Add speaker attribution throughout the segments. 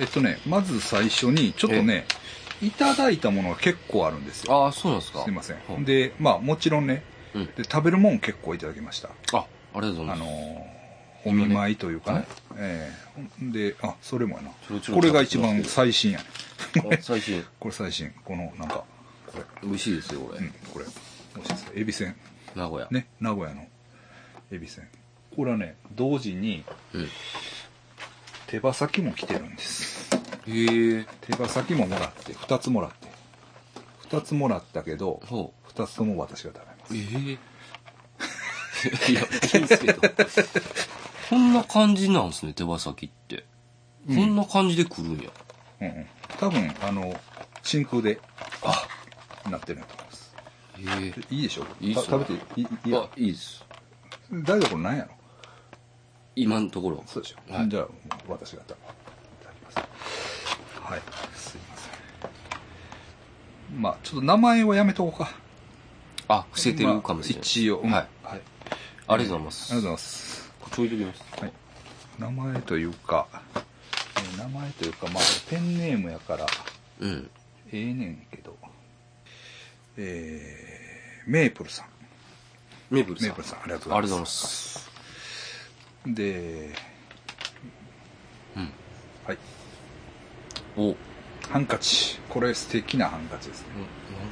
Speaker 1: えっとねまず最初にちょっとねいただいたものが結構あるんですよ
Speaker 2: ああ、そうなんですか。
Speaker 1: すいませ
Speaker 2: は
Speaker 1: んでまあもちろんね
Speaker 2: うん
Speaker 1: で食べるもん結構いただきました
Speaker 2: あ、ありがとうござ
Speaker 1: あ
Speaker 2: います。
Speaker 1: のーお見舞いというかね、ええであそれもやなこれが一番最新やね
Speaker 2: あ最近、
Speaker 1: これ最新このなんかこれ
Speaker 2: 美味しいですよ、これ。
Speaker 1: うんこれ美味しいですよエビせん
Speaker 2: 名古屋。
Speaker 1: ね名古屋のエビせんこれはね同時に
Speaker 2: うん。
Speaker 1: 手羽先も来てるんです
Speaker 2: へえ。
Speaker 1: 手羽先ももらって2つもらって2つもらったけど
Speaker 2: ほ
Speaker 1: 2つとも私が食べま
Speaker 2: う。ええいや、いいんですけど。こんな感じなんですね、手羽先って。こんな感じで来るん
Speaker 1: す、
Speaker 2: や。
Speaker 1: うんうん、多分あの真空で
Speaker 2: あ、
Speaker 1: なってるんだと思います
Speaker 2: へ
Speaker 1: でいいでしょ
Speaker 2: いいっ
Speaker 1: た
Speaker 2: すね
Speaker 1: 食べていいい
Speaker 2: え。
Speaker 1: い
Speaker 2: あ
Speaker 1: や、
Speaker 2: いいです。
Speaker 1: 台所なんやろ
Speaker 2: 今のところ。
Speaker 1: そうでしょ、
Speaker 2: はい
Speaker 1: じゃあもう私が食べいただきますはいすいませんまあちょっと名前はやめとこうか
Speaker 2: あ、伏せてるかもし
Speaker 1: まあ
Speaker 2: れない。
Speaker 1: 一応、うん
Speaker 2: はい。
Speaker 1: はい、
Speaker 2: ありがと
Speaker 1: ありがと
Speaker 2: うございま
Speaker 1: うご
Speaker 2: す。
Speaker 1: ざいます
Speaker 2: こっち置いてきます。
Speaker 1: はい、名前というか、えー名前というか、まあ、ペンネームやから、
Speaker 2: うん。
Speaker 1: ええねんけど、えーメープルさん。
Speaker 2: メープルさん。
Speaker 1: メープルさん、ありがとう
Speaker 2: あ
Speaker 1: ご
Speaker 2: りが
Speaker 1: ざいま。
Speaker 2: とうございますす。
Speaker 1: で、
Speaker 2: うん。
Speaker 1: はい、
Speaker 2: お、うん
Speaker 1: ハンカチ。これ、素敵なハンカチですね。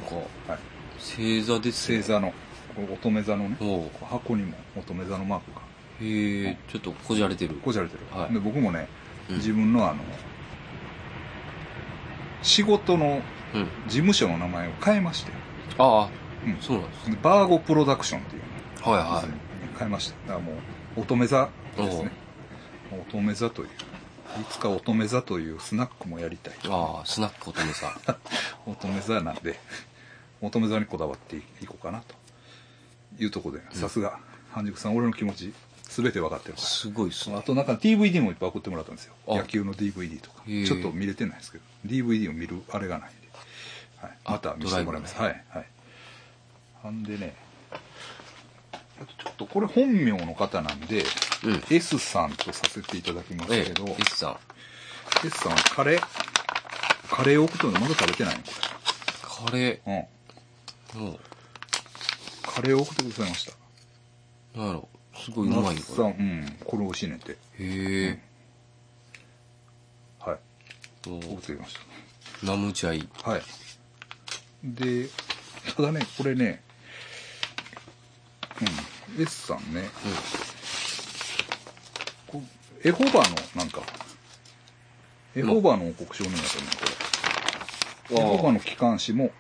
Speaker 2: なんか、
Speaker 1: はい、
Speaker 2: 星座ですね
Speaker 1: 星座の、これ乙女座のね、
Speaker 2: おう
Speaker 1: 箱にも乙女座のマークが
Speaker 2: へえ、ちょっとこじゃれてる。
Speaker 1: こじゃれてる。
Speaker 2: はい
Speaker 1: で僕もね、
Speaker 2: うん
Speaker 1: 自分のあの、仕事の
Speaker 2: うん。
Speaker 1: 事務所の名前を変えまして、
Speaker 2: ああ、
Speaker 1: うん
Speaker 2: そうなんですね。
Speaker 1: バーゴプロダクションっていうの
Speaker 2: はい
Speaker 1: は、
Speaker 2: はい
Speaker 1: 変えましただからもう乙女座ですね乙女座といういつか乙女座というスナックもやりたい
Speaker 2: い。ああ、スナック乙女さん。
Speaker 1: 乙女座なんで 乙女座にこだわっていこうかなというところでさすが半熟さん俺の気持ち全て分かってるか
Speaker 2: すごいっす
Speaker 1: らあ
Speaker 2: ね。
Speaker 1: となんか DVD もいっぱい送ってもらったんですよ
Speaker 2: あ
Speaker 1: 野球の DVD とか
Speaker 2: へえ
Speaker 1: ちょっと見れてないですけど DVD を見るあれがないんで、はい、
Speaker 2: あ
Speaker 1: また見せてもらいます、
Speaker 2: ド
Speaker 1: はいはいほんでねあとちょっとこれ本名の方なんで
Speaker 2: うん。
Speaker 1: S さんとさせていただきます
Speaker 2: え
Speaker 1: けど、
Speaker 2: え、S さん。
Speaker 1: S さんはカレー、カレーを送ったのまだ食べてないのこ
Speaker 2: カレ
Speaker 1: れ。うん。
Speaker 2: ー、も
Speaker 1: カレーを送ってくださいました。
Speaker 2: う、なんやろ、すごいうまいね
Speaker 1: S
Speaker 2: こ
Speaker 1: さん、
Speaker 2: れ。
Speaker 1: うん、これ美味しいねって。
Speaker 2: へえ、
Speaker 1: はい。
Speaker 2: お
Speaker 1: 送ってきまし
Speaker 2: ナムチャイ。
Speaker 1: た。はい。で、ただね、これね、うん、S さんね、こうエホバの、なんか、エホバの王国少年だと思う、これ。エホバの機関士も、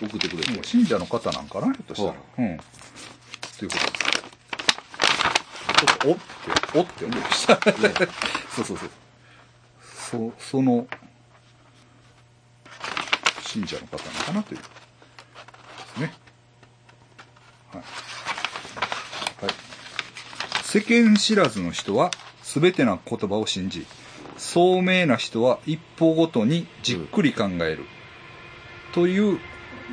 Speaker 2: 送ってくれ
Speaker 1: もう信者の方なんかなひょっとしたら
Speaker 2: は。
Speaker 1: うん。ということです。ちょっと、おって、おって思いました。そうそうそう。そ、その、信者の方なのかなという。ですね。はい。はい。世間知らずの人は全ての言葉を信じ、聡明な人は一歩ごとにじっくり考える。という、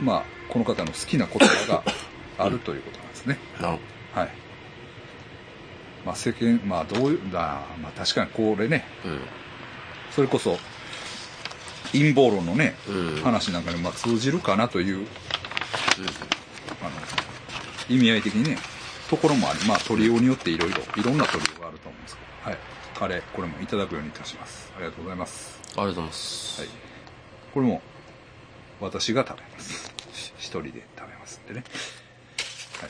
Speaker 1: まあ、この方の好きな言葉があるということなんですね。
Speaker 2: なる
Speaker 1: はい。まあ、世間、まあ、どういう、だまあ、確かにこれね、それこそ、陰謀論のね、
Speaker 2: うん。うん。
Speaker 1: 話なんかにまあ通じるかなという、あの、意味合い的にね、ところもあり、まあ、取りようによっていろいろ、いろんな取りようがあると思うんですけど、はい。カレー、これもいただくようにいたします。ありがとうございます。
Speaker 2: ありがとうございます。
Speaker 1: はい。これも、私が食べます。し一人で食べますんでね。はい。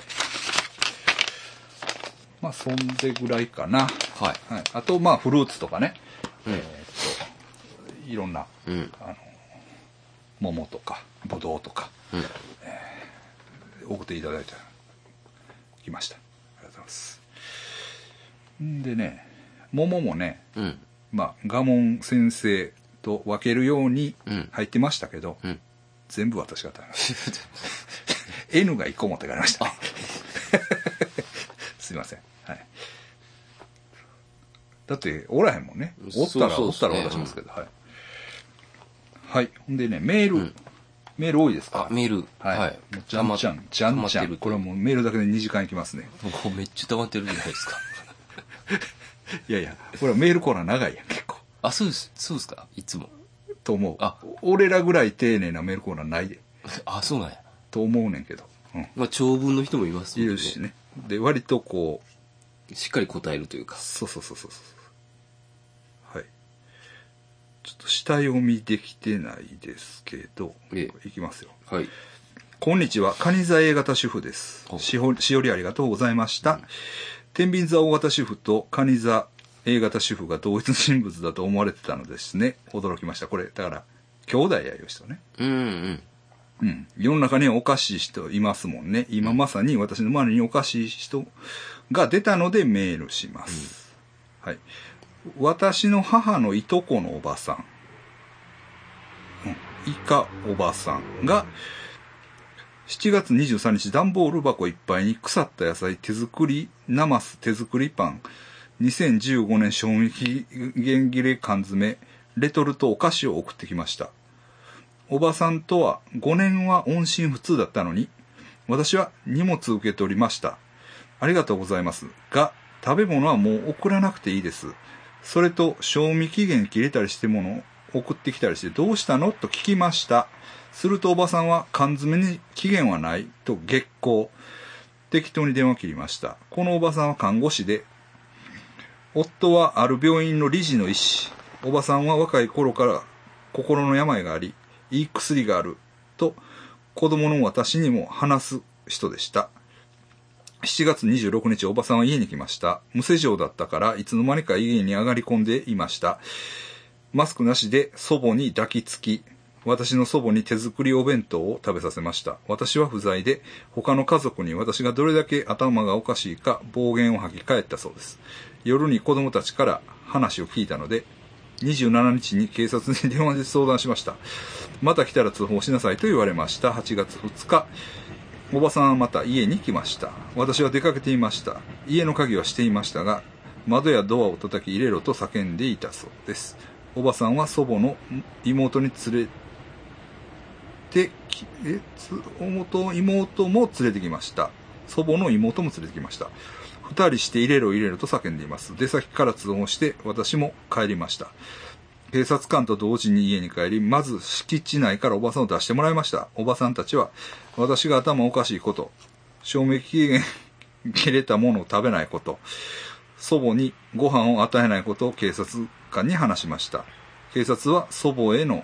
Speaker 1: まあ、そんでぐらいかな。
Speaker 2: はい。
Speaker 1: はい。あと、まあ、フルーツとかね。
Speaker 2: うん
Speaker 1: えーっと、いろんな、
Speaker 2: うん。
Speaker 1: あの、桃とか、ぶどうとか、
Speaker 2: うん。
Speaker 1: 送っていただいてきましたありがとうございますんでね桃もね
Speaker 2: うん。
Speaker 1: まあ我門先生と分けるように
Speaker 2: うん
Speaker 1: 入ってましたけど、
Speaker 2: うん。
Speaker 1: 全部私が食べました N が1個持ってかれました、 すいませんはいだっておらへんもんねおったら
Speaker 2: そう
Speaker 1: おっ
Speaker 2: そ
Speaker 1: た
Speaker 2: う
Speaker 1: ら
Speaker 2: で
Speaker 1: 渡
Speaker 2: すね
Speaker 1: しますけど、はいはいほんでねメール、
Speaker 2: うん
Speaker 1: メール多いですか
Speaker 2: あ、メール。
Speaker 1: はい。
Speaker 2: はい
Speaker 1: もう。じゃんじゃん、じゃんじゃん。これはもうメールだけで2時間いきますね。
Speaker 2: もうめっちゃ溜まってるじゃないですか。
Speaker 1: いやいや、これはメールコーナー長いやん、結構。
Speaker 2: あ、そうです。そうですかいつも。
Speaker 1: と思う
Speaker 2: あ
Speaker 1: 俺らぐらい丁寧なメールコーナーないで
Speaker 2: あ、そうなんや。
Speaker 1: と思うねんけど、うん、
Speaker 2: まあ、長文の人もいます
Speaker 1: い
Speaker 2: ので
Speaker 1: るしねで割とこう
Speaker 2: しっかり答えるというか。
Speaker 1: そうそうそうそうそうはいちょっと下読みできてないですけど、
Speaker 2: え
Speaker 1: いきますよ
Speaker 2: はい。
Speaker 1: こんにちは。カニ座 A 型主婦です。
Speaker 2: お
Speaker 1: しほしおりありがとうございました。天秤座 O 型主婦とカニ座 A 型主婦が同一人物だと思われてたのですね。驚きました。これ、だから、兄弟やよ人ね。
Speaker 2: うんうん。
Speaker 1: うん。世の中にはおかしい人いますもんね。今まさに私の周りにおかしい人が出たのでメールします。はい。私の母のいとこのおばさん。うん。以下おばさんが、7月23日、段ボール箱いっぱいに腐った野菜手作り、ナマス手作りパン、2015年賞味期限切れ缶詰、レトルトお菓子を送ってきました。おばさんとは5年は音信不通だったのに、私は荷物受け取りました。ありがとうございます。が、食べ物はもう送らなくていいです。それと、賞味期限切れたりしてものを送ってきたりしてどうしたのと聞きました。するとおばさんは缶詰に期限はないと激高。適当に電話切りました。このおばさんは看護師で、夫はある病院の理事の医師。おばさんは若い頃から心の病があり、いい薬がある、と子供の私にも話す人でした。7月26日、おばさんは家に来ました。無施錠だったから、いつの間にか家に上がり込んでいました。マスクなしで祖母に抱きつき、私の祖母に手作りお弁当を食べさせました。私は不在で、他の家族に私がどれだけ頭がおかしいか暴言を吐き返ったそうです。夜に子供たちから話を聞いたので、27日に警察に電話で相談しました。また来たら通報しなさいと言われました。8月2日、おばさんはまた家に来ました。私は出かけていました。家の鍵はしていましたが、窓やドアを叩き入れろと叫んでいたそうです。おばさんは祖母の妹に連れてき、え、つ妹、妹も連れてきました。祖母の妹も連れてきました。二人して入れろ入れろと叫んでいます。出先から通報して、私も帰りました。警察官と同時に家に帰り、まず敷地内からおばさんを出してもらいました。おばさんたちは、私が頭おかしいこと、賞味期限切れたものを食べないこと、祖母にご飯を与えないことを警察官に話しました。警察は祖母への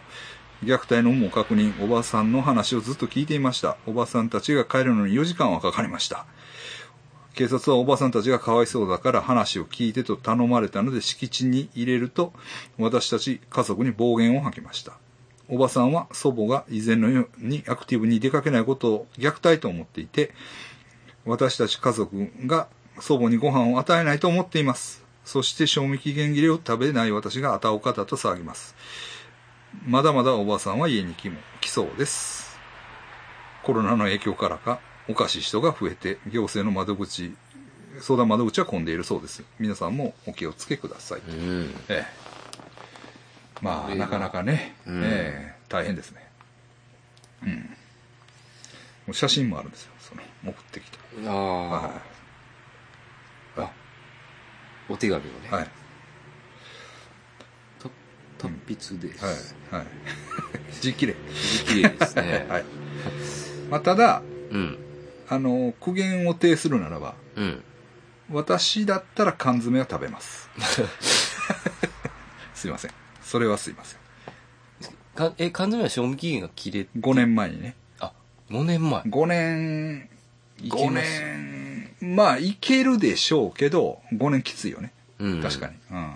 Speaker 1: 虐待の有無を確認、おばさんの話をずっと聞いていました。おばさんたちが帰るのに4時間はかかりました。警察はおばさんたちがかわいそうだから話を聞いてと頼まれたので敷地に入れると私たち家族に暴言を吐きました。おばさんは祖母が以前のようにアクティブに出かけないことを虐待と思っていて私たち家族が祖母にご飯を与えないと思っています。そして賞味期限切れを食べない私があたおかだと騒ぎます。まだまだおばさんは家に来も来そうです。コロナの影響からか、おかしい人が増えて、行政の窓口、相談窓口は混んでいるそうです。皆さんもお気をつけください。
Speaker 2: うん。
Speaker 1: ええ、ま
Speaker 2: こ
Speaker 1: あ、
Speaker 2: れは
Speaker 1: なかなかね、
Speaker 2: うん
Speaker 1: ええ大変ですね。うん。もう写真もあるんですよ。その、送ってきた。
Speaker 2: あ
Speaker 1: は
Speaker 2: あ。あ。お手紙をね。
Speaker 1: い。はい。
Speaker 2: た達筆です。
Speaker 1: はい。は い。字綺麗。。
Speaker 2: 綺麗です ね
Speaker 1: はい。まあ、ただ、
Speaker 2: うん。
Speaker 1: あの、苦言を呈するならば、
Speaker 2: うん。
Speaker 1: 私だったら缶詰は食べ ます。すいません。それはすいません。
Speaker 2: かえ、缶詰は賞味期限が切れ、
Speaker 1: 5年前にね。
Speaker 2: あ、5年前。
Speaker 1: 5年、
Speaker 2: い
Speaker 1: 5
Speaker 2: けます
Speaker 1: 年、まあ、いけるでしょうけど、5年きついよね。
Speaker 2: うん。
Speaker 1: 確かに。うん。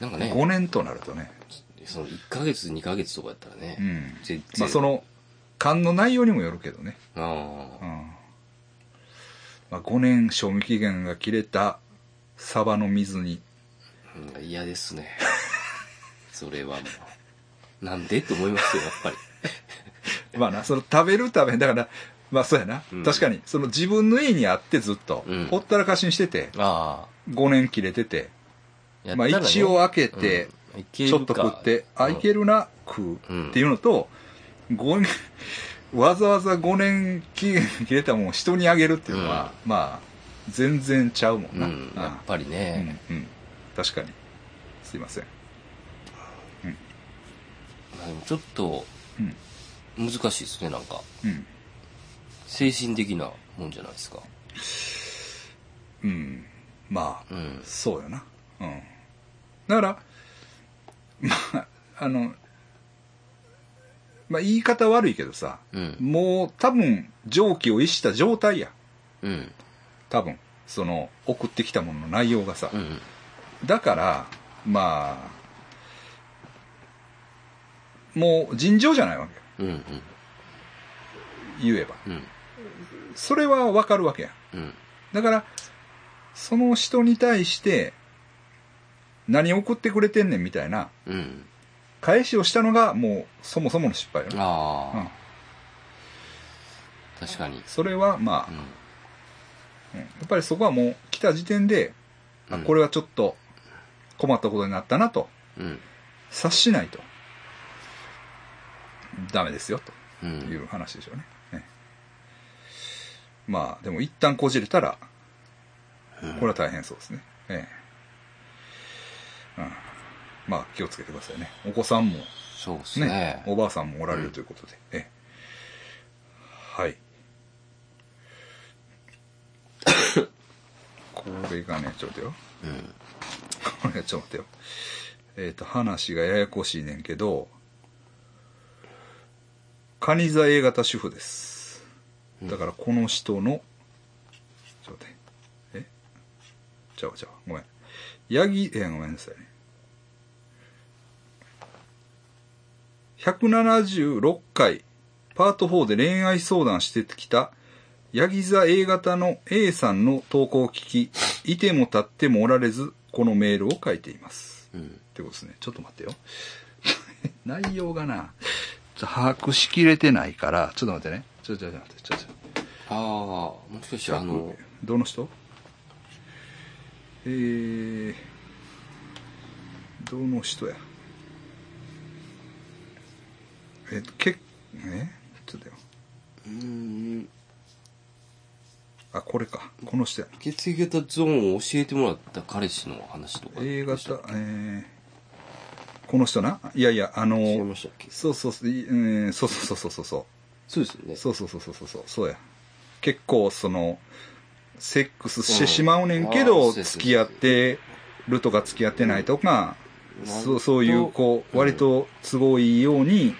Speaker 2: なんか
Speaker 1: 5
Speaker 2: ね、
Speaker 1: 年となるとね。
Speaker 2: その1ヶ月、2ヶ月とかやったら
Speaker 1: う
Speaker 2: ね。
Speaker 1: ん。
Speaker 2: 全然
Speaker 1: まあ、その、勘の内容にもよるけどね。
Speaker 2: あ
Speaker 1: う
Speaker 2: あ。
Speaker 1: ん。まあ、5年賞味期限が切れたサバの水煮。
Speaker 2: なんか嫌ですね。 それはもう。なんでって思いますよ、やっ ぱり。
Speaker 1: まあな、その食べるため、だから、まあそうやな。
Speaker 2: うん
Speaker 1: 確かに、その自分の家にあってずっと
Speaker 2: うん、
Speaker 1: ほったらかしにしてて、
Speaker 2: あ
Speaker 1: 5年切れてて、
Speaker 2: あ。やった
Speaker 1: まあ
Speaker 2: らね
Speaker 1: 一応開けて、、
Speaker 2: うんいける
Speaker 1: ち
Speaker 2: か
Speaker 1: ょっと食って、あ、いけ
Speaker 2: る。
Speaker 1: るな、食う
Speaker 2: うん
Speaker 1: っていうのと、5年、 わざわざ5年期限切れたもんを人にあげるっていうのは、まあ、全然ちゃうもん
Speaker 2: う
Speaker 1: な。
Speaker 2: ん。やっ
Speaker 1: あ
Speaker 2: ぱりね。
Speaker 1: うんうん確かに。すいません。
Speaker 2: でもちょっと
Speaker 1: うん。
Speaker 2: 難しいですね、なんか。
Speaker 1: うん。
Speaker 2: 精神的なもんじゃないですか。
Speaker 1: うん。まあ、
Speaker 2: うん。
Speaker 1: そうよな。うん。だから、 まあ、あの、まあ言い方悪いけどさ、
Speaker 2: うん。
Speaker 1: もう多分上気を逸した状態や。
Speaker 2: うん。
Speaker 1: 多分。その、送ってきたものの内容がさ。
Speaker 2: うん。
Speaker 1: だから、まあ、もう尋常じゃないわけよ。
Speaker 2: うん。うん。
Speaker 1: 言えば。
Speaker 2: うん。
Speaker 1: それはわかるわけやん。
Speaker 2: うん。
Speaker 1: だから、その人に対して、何送ってくれてんねんみたいな、
Speaker 2: うん。
Speaker 1: 返しをしたのが、もう、そもそもの失敗よね。
Speaker 2: ああ、
Speaker 1: うん
Speaker 2: 確かに。
Speaker 1: それは、ま
Speaker 2: う
Speaker 1: あ、
Speaker 2: ん。
Speaker 1: うんやっぱりそこはもう、来た時点で、あ
Speaker 2: うん
Speaker 1: これはちょっと、困ったことになったなと、
Speaker 2: うん。
Speaker 1: 察しないと、ダメですよ、
Speaker 2: う
Speaker 1: とい
Speaker 2: ん。
Speaker 1: う話でしょうね。ねまあ、でも、一旦こじれたら、これは大変そうですね。ええ。うん。まあ、気をつけてくださいね。お子さんも、
Speaker 2: そうですね。
Speaker 1: ね、おばあさんもおられるということで。ええ はい。これがね、ちょっと待てよ。
Speaker 2: うん。
Speaker 1: これちょっと待ってよ。えっ、と、話がややこしいねんけど、カニ座 A 型主婦です。だからこの人の、ちょっと待って。えちゃうわちゃうわごめん。ヤギ、え、ごめんなさいね。176回、パート4で恋愛相談してきた、ヤギ座 A 型の A さんの投稿を聞き、いても立ってもおられず、このメールを書いています。
Speaker 2: うん。
Speaker 1: ってことですね。ちょっと待ってよ。 内容がな、ちょっと把握しきれてないから、ちょっと待ってね。ちょっと待って、ちょっと待って。ちょっと待って
Speaker 2: ああ、もしかしてあの、
Speaker 1: どの人えー、どの人やえっと、けえちょっと待ってよ。
Speaker 2: うん、
Speaker 1: あ、これか。この人や。
Speaker 2: 血液型ゾーンを教えてもらった彼氏の話とか。
Speaker 1: A
Speaker 2: でした
Speaker 1: 型、えーこの人な。いやいや、あの
Speaker 2: 違いましたっけ
Speaker 1: そうそうそう、いうん、そうそうそうそうそう。
Speaker 2: そうですよね。
Speaker 1: そうそうそうそうそうそうそうや結構そのセックスしてしまうねんけど、
Speaker 2: うんあーそうです
Speaker 1: 付き合ってるとか付き合ってないとか、
Speaker 2: うん
Speaker 1: そうそういうこう
Speaker 2: うん
Speaker 1: 割と都合いいように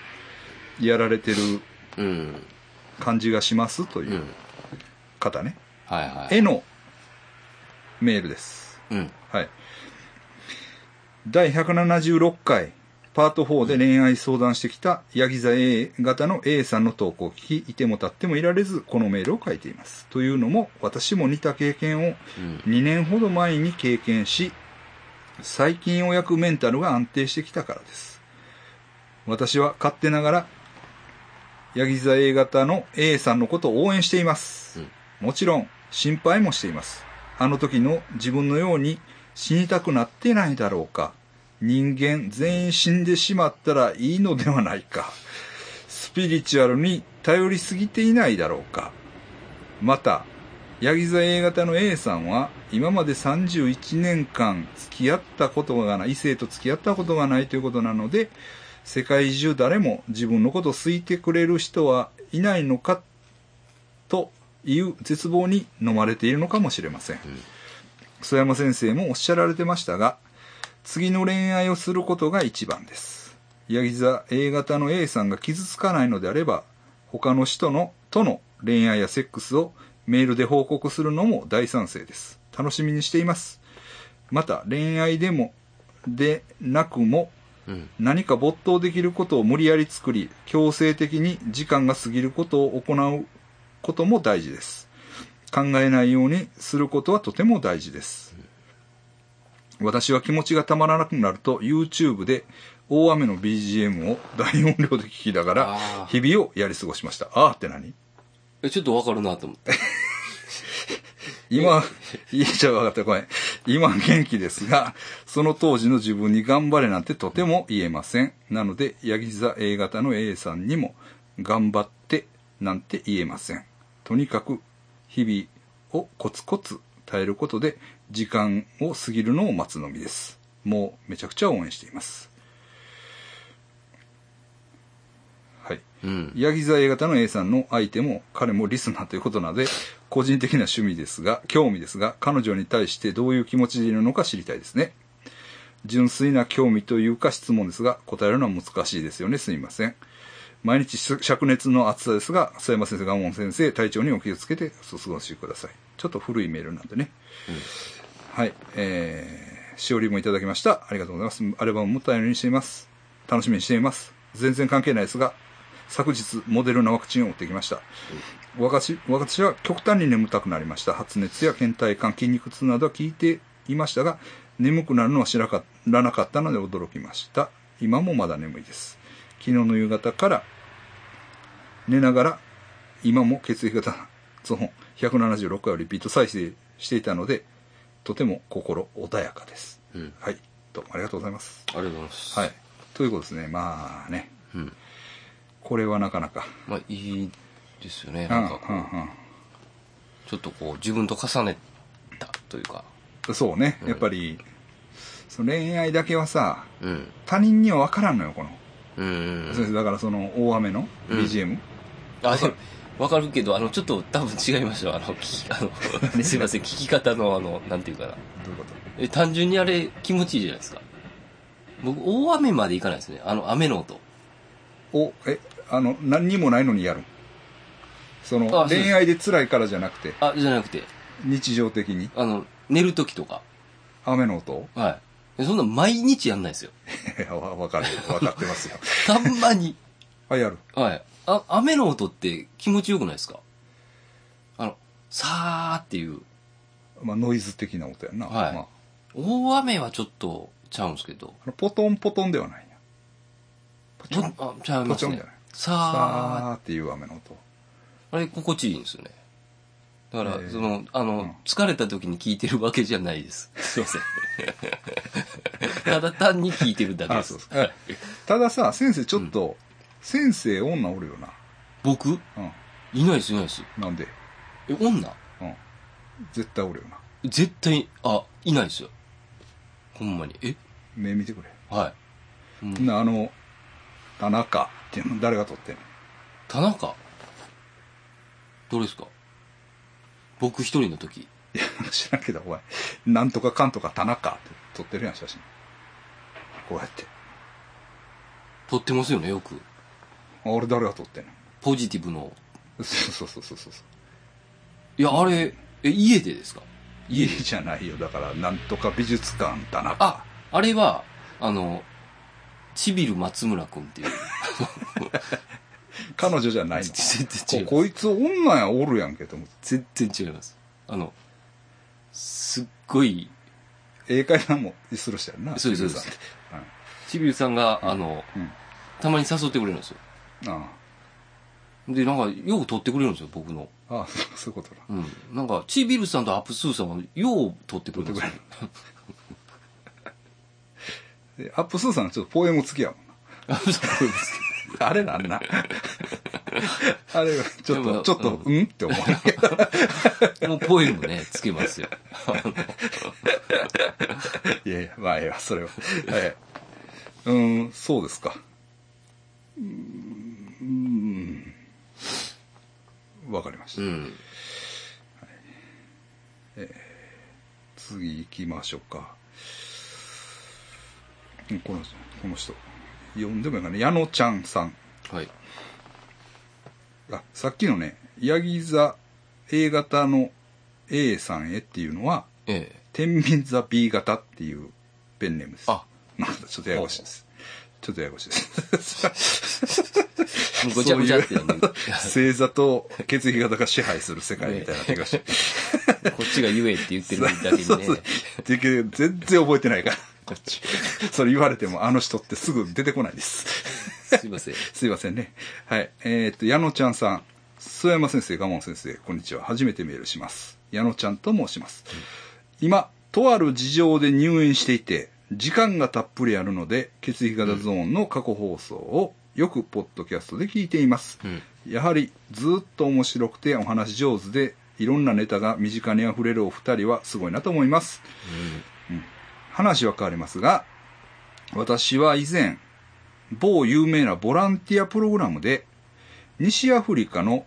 Speaker 1: やられてる
Speaker 2: うん。
Speaker 1: 感じがしますと
Speaker 2: う。
Speaker 1: いうん方ね、
Speaker 2: はいはい。
Speaker 1: 絵のメールです
Speaker 2: うん。
Speaker 1: はい第176回パート4で恋愛相談してきたヤギ座 A 型の A さんの投稿を聞きいても立ってもいられずこのメールを書いていますというのも私も似た経験を
Speaker 2: うん。
Speaker 1: 2年ほど前に経験し最近ようやくメンタルが安定してきたからです私は勝手ながらヤギ座 A 型の A さんのことを応援しています、もちろん心配もしていますあの時の自分のように死にたくなってないだろうか人間全員死んでしまったらいいのではないかスピリチュアルに頼りすぎていないだろうかまたヤギ座 A 型の A さんは今まで31年間付き合ったことがない異性と付き合ったことがないということなので世界中誰も自分のことを好いてくれる人はいないのかという絶望に飲まれているのかもしれません曽山先生もおっしゃられてましたが次の恋愛をすることが一番ですヤギ座 A 型の A さんが傷つかないのであれば他の人のとの恋愛やセックスをメールで報告するのも大賛成です楽しみにしていますまた恋愛でもでなくも
Speaker 2: うん。
Speaker 1: 何か没頭できることを無理やり作り強制的に時間が過ぎることを行うことも大事です考えないようにすることはとても大事です私は気持ちがたまらなくなると YouTube で大雨の BGM を大音量で聞きながら
Speaker 2: あー
Speaker 1: 日々をやり過ごしましたあーって何
Speaker 2: え、ちょっとわかるなと思って。
Speaker 1: 今、いや、じゃあ分かった、ごめん。今元気ですが、その当時の自分に頑張れなんてとても言えません。なので、ヤギ座 A 型の A さんにも、頑張ってなんて言えません。とにかく、日々をコツコツ耐えることで、時間を過ぎるのを待つのみです。もうめちゃくちゃ応援しています。はい。
Speaker 2: うん。
Speaker 1: ヤギ座 A 型の A さんの相手も彼もリスナーということなので、 個人的な趣味ですが、興味ですが、彼女に対してどういう気持ちでいるのか知りたいですね。純粋な興味というか質問ですが、答えるのは難しいですよね。すみません。毎日し灼熱の暑さですが、佐山先生、蒲門先生、体調にお気をつけてお過ごしください。ちょっと古いメールなんでね。はい。えー、しおりもいただきました。ありがとうございます。アルバムも頼りにしています。楽しみにしています。全然関係ないですが、昨日、モデルナワクチンを打ってきました。私私は極端に眠たくなりました。発熱や倦怠感、筋肉痛などは聞いていましたが、眠くなるのは知らからなかったので驚きました。今もまだ眠いです。昨日の夕方から寝ながら今も血液型ゾーン176回をリピート再生していたのでとても心穏やかです、
Speaker 2: うん。
Speaker 1: はいどうもありがとうございます
Speaker 2: ありがとうございます。
Speaker 1: はい。ということですねまあね
Speaker 2: うん。
Speaker 1: これはなかなか
Speaker 2: まあ、いいですよね。なんかこ
Speaker 1: うん
Speaker 2: う、
Speaker 1: うん
Speaker 2: ちょっとこう、自分と重ねたというか。
Speaker 1: うん、そうねやっぱり、その恋愛だけはさ
Speaker 2: うん。
Speaker 1: 他人には分からんのよこの、
Speaker 2: うんうんう
Speaker 1: 先
Speaker 2: ん。
Speaker 1: 生だからその大雨の
Speaker 2: うん
Speaker 1: BGM、
Speaker 2: あ、でもわかるけど、あの、ちょっと多分違いましたよ。あの、聞き、あ の、すいません、聞き方の、あの、なんていうかな。
Speaker 1: どういうこ
Speaker 2: え、単純にあれ、気持ちいいじゃないですか。僕、大雨までいかないですね。あの、雨の音。
Speaker 1: とおえあの何にもないのにやるその
Speaker 2: あそうです
Speaker 1: 恋愛で辛いからじゃなくて
Speaker 2: あ、じゃなくて、
Speaker 1: 日常的に
Speaker 2: あの、寝る時とか。
Speaker 1: 雨の音 を
Speaker 2: はい。そんな毎日やんないですよ。
Speaker 1: わわかるわかってます よ
Speaker 2: たんまに。
Speaker 1: あやる
Speaker 2: はい。あ、雨の音って気持ちよくないですかあの、さーっていう。
Speaker 1: まあノイズ的な音やんな、
Speaker 2: はい
Speaker 1: まあ、
Speaker 2: 大雨はちょっとちゃうんですけど。
Speaker 1: あのポトンポトンではないなポチ
Speaker 2: ど
Speaker 1: ョン
Speaker 2: あ、ちゃいます
Speaker 1: ポチョン
Speaker 2: ね
Speaker 1: じゃない。
Speaker 2: さー。
Speaker 1: さーっていう雨の音
Speaker 2: あれ、心地いいんですよね。だから
Speaker 1: え、ー
Speaker 2: その、あの、
Speaker 1: うん
Speaker 2: 疲れた時に聞いてるわけじゃない です。すいません。ただ単に聞いてるだけで
Speaker 1: あ
Speaker 2: す。
Speaker 1: そうですえたださ先生ちょっと、先生女おるよな
Speaker 2: 僕
Speaker 1: う
Speaker 2: いないです、いないです。
Speaker 1: んなんで、
Speaker 2: え、女
Speaker 1: うん、絶対おるよな
Speaker 2: 絶対、あ、いないですよ。ほんまに。え
Speaker 1: 目見てくれ、
Speaker 2: はい。うん
Speaker 1: なあの田中っていうの誰が撮ってんの
Speaker 2: 田中どれですか僕一人の時。
Speaker 1: いや知らんけどお前なんとかかんとか田中って撮ってるやん写真こうやって
Speaker 2: 撮ってますよね、よく。
Speaker 1: あ俺誰が撮ってんの
Speaker 2: ポジティブの。
Speaker 1: そうそうそうそうそうそう
Speaker 2: いや、あれ、え、家でですか
Speaker 1: 家じゃないよだからなんとか美術館だな
Speaker 2: あ、あれは、あの、ちびる松村くんっていう。
Speaker 1: 彼女じゃないの
Speaker 2: 全然違
Speaker 1: こ
Speaker 2: う。
Speaker 1: こいつ女やおるやんけと思って
Speaker 2: 全然違います。あの、すっごい、
Speaker 1: 英会話もする人やんな
Speaker 2: そうです
Speaker 1: 美術館
Speaker 2: ちびるさんが、あの、
Speaker 1: うん
Speaker 2: たまに誘ってくれるんですよ。
Speaker 1: ってあ
Speaker 2: で、なんか、よく撮ってくれるんですよ、僕の。
Speaker 1: あああそうそういうことな
Speaker 2: うん。なんか、チービルさんとアップスーさんは、よう撮ってくれるんですよ。
Speaker 1: でアップスーさんはちょっとポエム付きやもんな
Speaker 2: アップスーさん撮れます
Speaker 1: あれなん なあれはちょっ
Speaker 2: でも
Speaker 1: とちょっと
Speaker 2: う
Speaker 1: うんって思う けど
Speaker 2: けどもう、ポエムね、 つけますよ。
Speaker 1: いやいや、まあいいわ、それは。はい。うーん、そうですか。うーん。うーんわかりました。
Speaker 2: うん。
Speaker 1: 次行きましょうか。うんこの人、この人。呼んでもいいかな。矢野ちゃんさん。
Speaker 2: はい。
Speaker 1: あ、さっきのね、ヤギ座 A 型の A さんへっていうのは、
Speaker 2: ええ。
Speaker 1: 天秤座 B 型っていうペンネームです。
Speaker 2: あ、
Speaker 1: なんだ、ちょっとややこしいです。ちょっとややこしいです。
Speaker 2: もうごちゃごちゃってやんね。こ
Speaker 1: 星座と血液型が支配する世界みたいな気がして。
Speaker 2: っちが言えって言ってるだけ
Speaker 1: そう
Speaker 2: に
Speaker 1: そ
Speaker 2: ね
Speaker 1: う。でけど全然覚えてないから、こっち。それ言われても、あの人ってすぐ出てこないです。
Speaker 2: すいません。
Speaker 1: すいませんね。はい。えーっと、矢野ちゃんさん。須山先生、賀門先生、こんにちは。初めてメールします。矢野ちゃんと申します。今、とある事情で入院していて、時間がたっぷりあるので、血液型ゾーンの過去放送をよくポッドキャストで聞いています。
Speaker 2: うん。
Speaker 1: やはりずっと面白くてお話上手でいろんなネタが身近にあふれるお二人はすごいなと思います話は変わりますが私は以前某有名なボランティアプログラムで、西アフリカの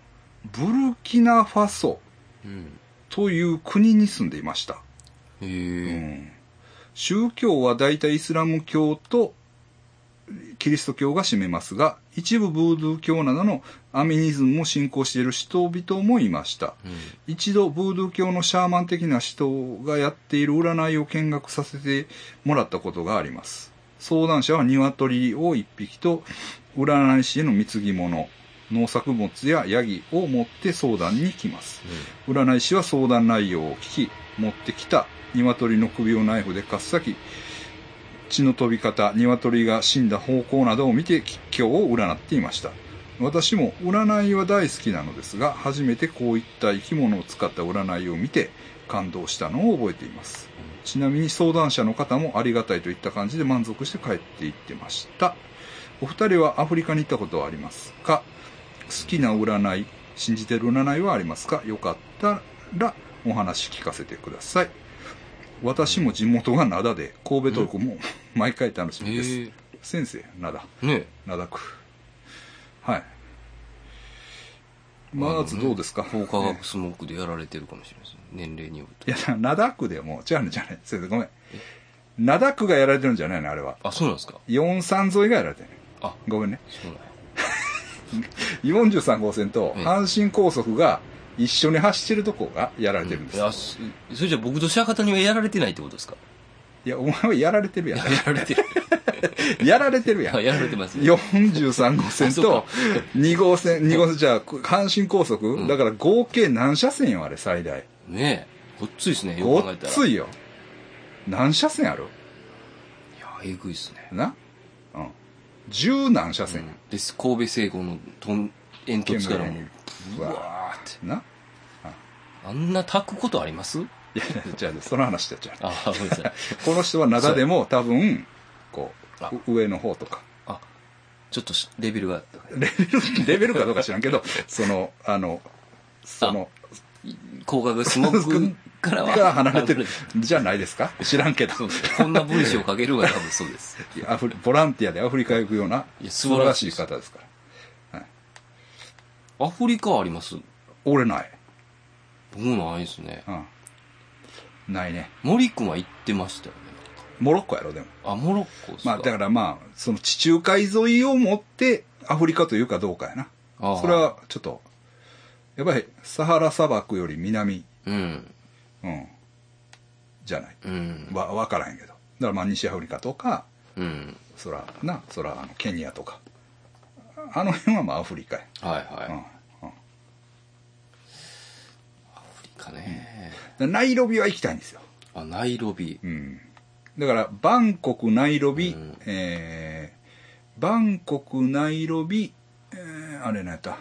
Speaker 1: ブルキナファソ
Speaker 2: うん。
Speaker 1: という国に住んでいました。
Speaker 2: へ
Speaker 1: う
Speaker 2: え。
Speaker 1: ん宗教は大体イスラム教とキリスト教が占めますが、一部ブードゥー教などのアミニズムを信仰している人々もいました。
Speaker 2: うん。
Speaker 1: 一度ブードゥー教のシャーマン的な人がやっている占いを見学させてもらったことがあります相談者は鶏を1匹と占い師への貢ぎ物農作物やヤギを持って相談に来ます占い師は相談内容を聞き持ってきた鶏の首をナイフでかっさき血の飛び方鶏が死んだ方向などを見て吉凶を占っていました私も占いは大好きなのですが初めてこういった生き物を使った占いを見て感動したのを覚えていますちなみに相談者の方もありがたいといった感じで満足して帰っていってましたお二人はアフリカに行ったことはありますか好きな占い信じてる占いはありますかよかったらお話聞かせてください私も地元が灘で神戸トークも毎回楽しみです、
Speaker 2: へ
Speaker 1: 先生灘
Speaker 2: え。ね
Speaker 1: 灘区はいまずどうですか
Speaker 2: え。法科学スモークでやられてるかもしれないですね。年齢によると。
Speaker 1: いや、灘区でも、違うね、じゃない。先生、ごめん。灘区がやられてるんじゃないの、あれは。
Speaker 2: あ、そうなんですか
Speaker 1: 43沿いがやられてる。
Speaker 2: あ、
Speaker 1: ごめんね。
Speaker 2: そうなんや
Speaker 1: 43号線と
Speaker 2: ええ
Speaker 1: 阪神高速が一緒に走ってるとこがやられてるんです
Speaker 2: い。や、そそれじゃ僕と白方にはやられてないってことですか
Speaker 1: いや、お前はやられてるや
Speaker 2: やられてる。
Speaker 1: ん。やられてるやん
Speaker 2: あ。 やられてますね。
Speaker 1: 43号線
Speaker 2: あそう
Speaker 1: と
Speaker 2: か
Speaker 1: 2号線、2号線、じゃあ、阪神高速、
Speaker 2: ん
Speaker 1: だから合計何車線よ、あれ、最大。
Speaker 2: ねえ。ごっついですね、よ
Speaker 1: ご
Speaker 2: く考
Speaker 1: っ
Speaker 2: えたら。
Speaker 1: つ
Speaker 2: い。
Speaker 1: いよ。何車線ある
Speaker 2: や、えぐいですね。
Speaker 1: なうん。十何車
Speaker 2: う
Speaker 1: 線や
Speaker 2: んです、神戸製鋼のとん煙突からもう、
Speaker 1: う
Speaker 2: ブ
Speaker 1: わ
Speaker 2: ワーって。
Speaker 1: な
Speaker 2: あんな炊くことあります
Speaker 1: いや、じゃあ、その話だ、じゃあ。
Speaker 2: あ、ごめんなさい。
Speaker 1: この人は灘でも多分、こ
Speaker 2: あ
Speaker 1: う、上の方とか、
Speaker 2: あ、ちょっとしレベルが、
Speaker 1: レベル、レベルかどうか知らんけど、その、あの、その、
Speaker 2: 高額スモークからは。
Speaker 1: が 離れてる、じゃないですか知らんけど。
Speaker 2: そうです。こんな文章を書けるのが多分そうです。
Speaker 1: アフリボランティアでアフリカ行くようない
Speaker 2: や
Speaker 1: 素
Speaker 2: 素
Speaker 1: 晴
Speaker 2: 晴
Speaker 1: ら
Speaker 2: ら
Speaker 1: し
Speaker 2: しい
Speaker 1: い方ですから。
Speaker 2: アフリカあります
Speaker 1: 俺ない。
Speaker 2: 僕もないですね。
Speaker 1: うん。ないね。
Speaker 2: 森君は行ってましたよね。
Speaker 1: モロッコやろ、でも。
Speaker 2: あ、モロッコですか
Speaker 1: まあ、だからまあ、その地中海沿いを持ってアフリカというかどうかやな。
Speaker 2: あー
Speaker 1: それはちょっと、やっぱりサハラ砂漠より南、
Speaker 2: うん。
Speaker 1: うん、じゃない。
Speaker 2: うん。
Speaker 1: わ、わからへんけど。だからまあ西アフリカとか、
Speaker 2: うん。
Speaker 1: そら、な、そら、あの、ケニアとか。あの辺はまあアフリカや。
Speaker 2: はいはい。
Speaker 1: うん
Speaker 2: ア。フリカね。
Speaker 1: うん、ナイロビは行きたいんですよ。
Speaker 2: あ、ナイロビ
Speaker 1: う。ん。だから、バンコク、ナイロビ、
Speaker 2: うん
Speaker 1: えー、バンコク、ナイロビ、えー、あれなんやった。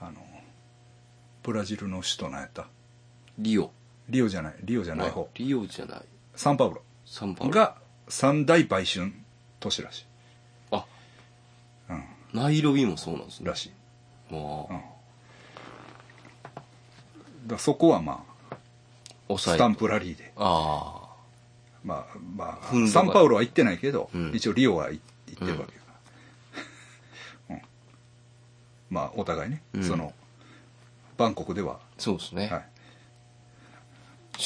Speaker 1: あの、ブラジルの首都なんやった。
Speaker 2: リオ。
Speaker 1: リオじゃない、リオじゃない
Speaker 2: あ
Speaker 1: 方。
Speaker 2: リオじゃない。
Speaker 1: サンパウ
Speaker 2: サンパ
Speaker 1: ロ
Speaker 2: ウロ。
Speaker 1: が三大売春都市らしい。
Speaker 2: あ、
Speaker 1: うん、
Speaker 2: ナイロビもそうなんですね
Speaker 1: ら。しい。
Speaker 2: も
Speaker 1: うん
Speaker 2: う、。
Speaker 1: だからそこはまあ、
Speaker 2: 抑
Speaker 1: ス
Speaker 2: え
Speaker 1: タ
Speaker 2: て。
Speaker 1: ンプラリーで。
Speaker 2: ああ。
Speaker 1: まあ、ま
Speaker 2: ふん
Speaker 1: あ、
Speaker 2: どが
Speaker 1: サンパウロは行ってないけど、
Speaker 2: うん
Speaker 1: 一応リオは行行ってるわけだから。 うんまあ、お互いね、
Speaker 2: うん
Speaker 1: その、バンコクでは、
Speaker 2: そうですね。
Speaker 1: はい、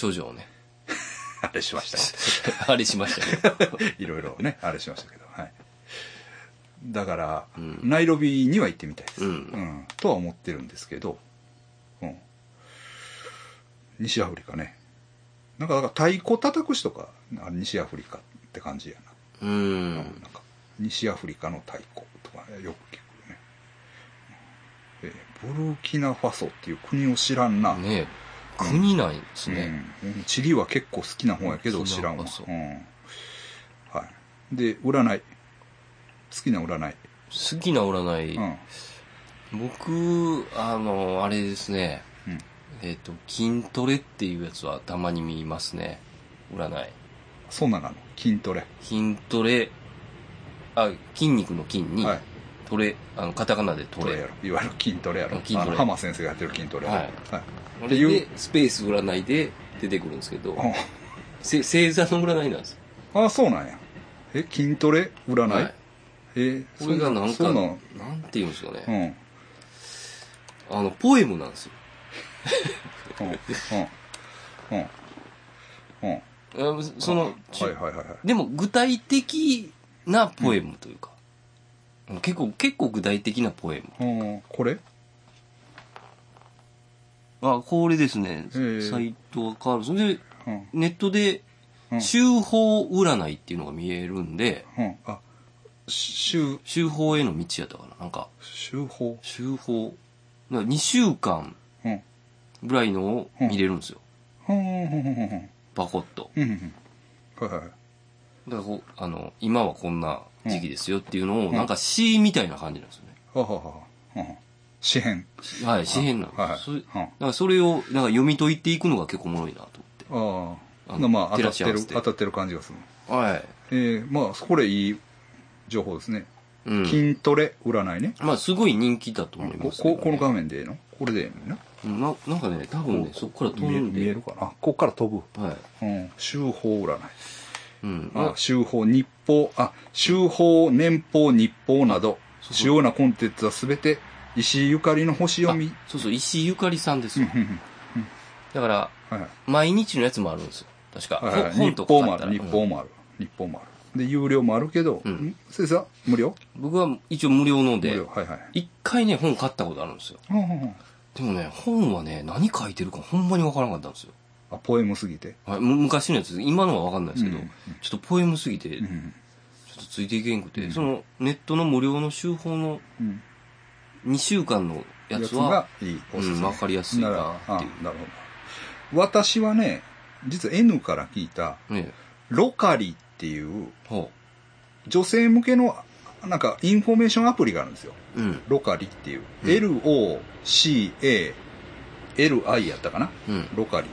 Speaker 2: 処女をね。
Speaker 1: あれしました
Speaker 2: あれしましたね。
Speaker 1: けど、いろいろね、あれしましたけど、はい。だから、
Speaker 2: うん
Speaker 1: ナイロビには行ってみたいです、
Speaker 2: うん
Speaker 1: んとは思ってるんですけど、うん西アフリカね。なんか、だから太鼓叩く人か、あ西アフリカって感じやな。
Speaker 2: う
Speaker 1: うん
Speaker 2: ん。
Speaker 1: なんか西アフリカの太鼓とかねよく聞くね、えーブルキナファソっていう国を知らんな、
Speaker 2: ねえ国なんです
Speaker 1: うん
Speaker 2: ね。
Speaker 1: うんチリは結構好きな方やけど
Speaker 2: ブルキ
Speaker 1: 知
Speaker 2: ナ
Speaker 1: らんわ、
Speaker 2: ファソ
Speaker 1: うんはい、で占い好きな占い、
Speaker 2: 好きな占い。
Speaker 1: うん
Speaker 2: 僕、あの、あれですね。
Speaker 1: うん
Speaker 2: えっ、と、筋トレっていうやつはたまに見ますね。占い。
Speaker 1: そんなんなの筋トレ、
Speaker 2: 筋トレ、あ、筋肉の筋に、
Speaker 1: はい
Speaker 2: トレ、あの、カタカナでト
Speaker 1: トレ
Speaker 2: レ。
Speaker 1: やろいわゆる筋トレやろ
Speaker 2: うん筋トレ
Speaker 1: あの浜先生がやってる筋トレやろ
Speaker 2: はい
Speaker 1: はいて
Speaker 2: あれ
Speaker 1: いう
Speaker 2: で、スペース占いで出てくるんですけど、
Speaker 1: あ
Speaker 2: せ星座の占いなんです。
Speaker 1: あそうなんやえ筋トレ占い、
Speaker 2: は
Speaker 1: へ
Speaker 2: い
Speaker 1: え
Speaker 2: これがなん
Speaker 1: そ
Speaker 2: か、
Speaker 1: ん
Speaker 2: な
Speaker 1: なん
Speaker 2: て言うんですか
Speaker 1: うん
Speaker 2: ね。
Speaker 1: うん
Speaker 2: あの、ポエムなんですよ。
Speaker 1: うんうんうん
Speaker 2: あその、ち
Speaker 1: はいはいはいはい
Speaker 2: でも具体的なポエムというか、結構、結構具体的なポエム。
Speaker 1: うんこれ
Speaker 2: あ、これですね。
Speaker 1: へえ
Speaker 2: サイトが変わるんです。で、
Speaker 1: うん
Speaker 2: ネットで
Speaker 1: う、ん
Speaker 2: 修法占いっていうのが見えるんで、
Speaker 1: うんあしゅ
Speaker 2: 修法への道やったかな。なんか、
Speaker 1: 修法
Speaker 2: 修法。2週間
Speaker 1: うん
Speaker 2: ぐらいのを見れるんですよ。
Speaker 1: うんうんうんうんうん
Speaker 2: バコッと。
Speaker 1: うんうんはいはいはい
Speaker 2: だからこう、あの、今はこんな時期ですよっていうのを、なんか詩みたいな感じなんですよね。
Speaker 1: はははうん詩編
Speaker 2: はい、詩編なんです。
Speaker 1: はいはい
Speaker 2: それだ
Speaker 1: うん
Speaker 2: からそれを、なんか読み解いていくのが結構おもろいなと
Speaker 1: あ
Speaker 2: あ
Speaker 1: あ
Speaker 2: の
Speaker 1: まあ当
Speaker 2: 照
Speaker 1: た
Speaker 2: ら
Speaker 1: っ
Speaker 2: して合わ
Speaker 1: る
Speaker 2: せて
Speaker 1: 当たってる感じがする
Speaker 2: 思って。はい。
Speaker 1: えー、まあこれいい情報ですね、
Speaker 2: うん。
Speaker 1: 筋トレ占いね
Speaker 2: まあ、すごい人気だと思い
Speaker 1: こ
Speaker 2: ますけど
Speaker 1: こ
Speaker 2: ね。
Speaker 1: この画面でええのこれでええのね
Speaker 2: うんななんかね、多分ね、そこから飛
Speaker 1: 見え
Speaker 2: ん
Speaker 1: 見え
Speaker 2: で
Speaker 1: る、かなあここから飛ぶ
Speaker 2: はい。
Speaker 1: うん修法占い
Speaker 2: うん。
Speaker 1: あ
Speaker 2: あ
Speaker 1: 修法日報あ修法年報日報など
Speaker 2: そう
Speaker 1: 主要なコンテンツは全て石井ゆかりの星読み
Speaker 2: そうそう、石井ゆかりさんです
Speaker 1: うん
Speaker 2: よ
Speaker 1: うんうん
Speaker 2: だから、
Speaker 1: はいはい
Speaker 2: 毎日のやつもあるんですよ。確か。
Speaker 1: はいはい
Speaker 2: ほ本
Speaker 1: 日
Speaker 2: と
Speaker 1: 報
Speaker 2: か買
Speaker 1: も
Speaker 2: っ
Speaker 1: あ
Speaker 2: た
Speaker 1: る
Speaker 2: ら。
Speaker 1: 日報
Speaker 2: うん
Speaker 1: もある日報もあるで有料もあるけど、
Speaker 2: うん
Speaker 1: ん、先生は無料
Speaker 2: 僕は一応無料の
Speaker 1: 無
Speaker 2: で
Speaker 1: 料、はいはい
Speaker 2: 一回ね、本買ったことあるんですよ。
Speaker 1: うんうんうん
Speaker 2: でもね、本はね、何書いてるかほんまにわからなかったんですよ。
Speaker 1: あポエムすぎて
Speaker 2: はい、む昔のやつ、今のはわかんないですけど、
Speaker 1: うん
Speaker 2: ちょっとポエムすぎて、
Speaker 1: う
Speaker 2: ちょ
Speaker 1: ん
Speaker 2: っとついていけんくて、そのネットの無料の集報の
Speaker 1: うん
Speaker 2: 2週間のやつは、
Speaker 1: がいい
Speaker 2: うん
Speaker 1: おすすめ
Speaker 2: わかりやすい
Speaker 1: な
Speaker 2: な
Speaker 1: らあ
Speaker 2: っていう
Speaker 1: なるほど私はね実は N から聞いた
Speaker 2: ね、
Speaker 1: ロカリっていう
Speaker 2: ほ
Speaker 1: 女性向けのなんかインフォメーションアプリがあるんですよ
Speaker 2: う。うん、
Speaker 1: ロカリっていう、
Speaker 2: うん
Speaker 1: LOCALI やったかな
Speaker 2: うん、
Speaker 1: ロカリ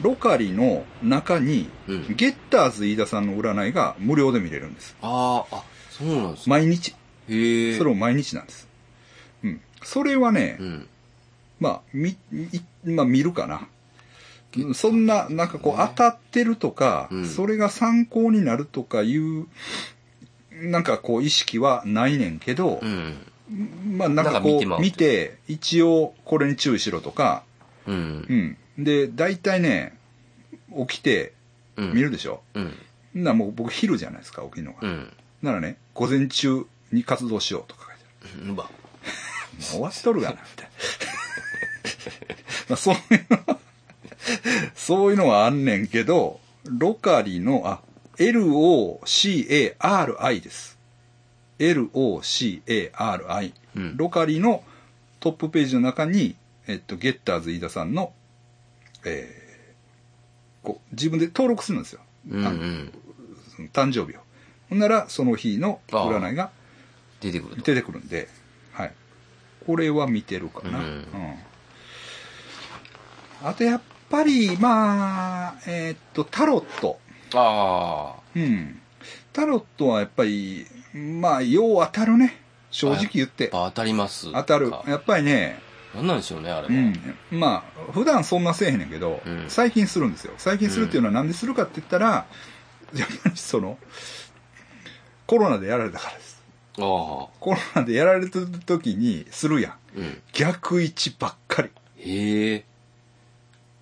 Speaker 1: ロカリの中に
Speaker 2: うん。
Speaker 1: ゲッターズ飯田さんの占いが無料で見れるんです
Speaker 2: ああ、あ、そうなんですね。
Speaker 1: 毎日
Speaker 2: へえ。
Speaker 1: それも毎日なんですうんそれはね、
Speaker 2: うん。
Speaker 1: まあ、み、いまあ見るかな。うんそんな、なんかこう
Speaker 2: ね
Speaker 1: 当たってるとか、
Speaker 2: うん
Speaker 1: それが参考になるとかいう、なんかこう意識はないねんけど
Speaker 2: う、ん。
Speaker 1: まあなんかこ
Speaker 2: なんか見てま
Speaker 1: う
Speaker 2: う
Speaker 1: 見て、一応これに注意しろとか、
Speaker 2: うん
Speaker 1: う。ん。で、大体ね、起きて
Speaker 2: うん。
Speaker 1: 見るでしょ。
Speaker 2: うん。
Speaker 1: ん、なもう僕昼じゃないですか、起きるのが。
Speaker 2: うん。
Speaker 1: ならね、午前中に活動しようとか書いてある。
Speaker 2: うん。ば。
Speaker 1: もう終わっとるがな、みたいな。ま あ、そういうのは、そういうのはあんねんけど、ロカリの、あ、LOCARI です。LOCARI。
Speaker 2: うん。
Speaker 1: ロカリのトップページの中に、えっと、ゲッターズ飯田さんの、えーこう、自分で登録するんですよ。
Speaker 2: うん。うん。
Speaker 1: その誕生日を。ほんなら、その日の占いが
Speaker 2: 出てくると。
Speaker 1: 出てくるんで、はい、これは見てるかな、
Speaker 2: う
Speaker 1: うんんあとやっぱりまあえーっとタロット、
Speaker 2: あ
Speaker 1: うん、タロットはやっぱりまあよう当たるね正直言っ
Speaker 2: あ。やってぱ当たります。
Speaker 1: 当たるやっぱりね、
Speaker 2: なんなんでしょうね、あれは。
Speaker 1: うん、まあ普段そんなせえへんねんけど、
Speaker 2: うん
Speaker 1: 最近するんですよ最近するっていうのはなんでするかって言ったら、やっぱりそのコロナでやられたからです
Speaker 2: ああ。
Speaker 1: コロナでやられた時にするやん
Speaker 2: うん。
Speaker 1: 逆位置ばっかり。
Speaker 2: へえ。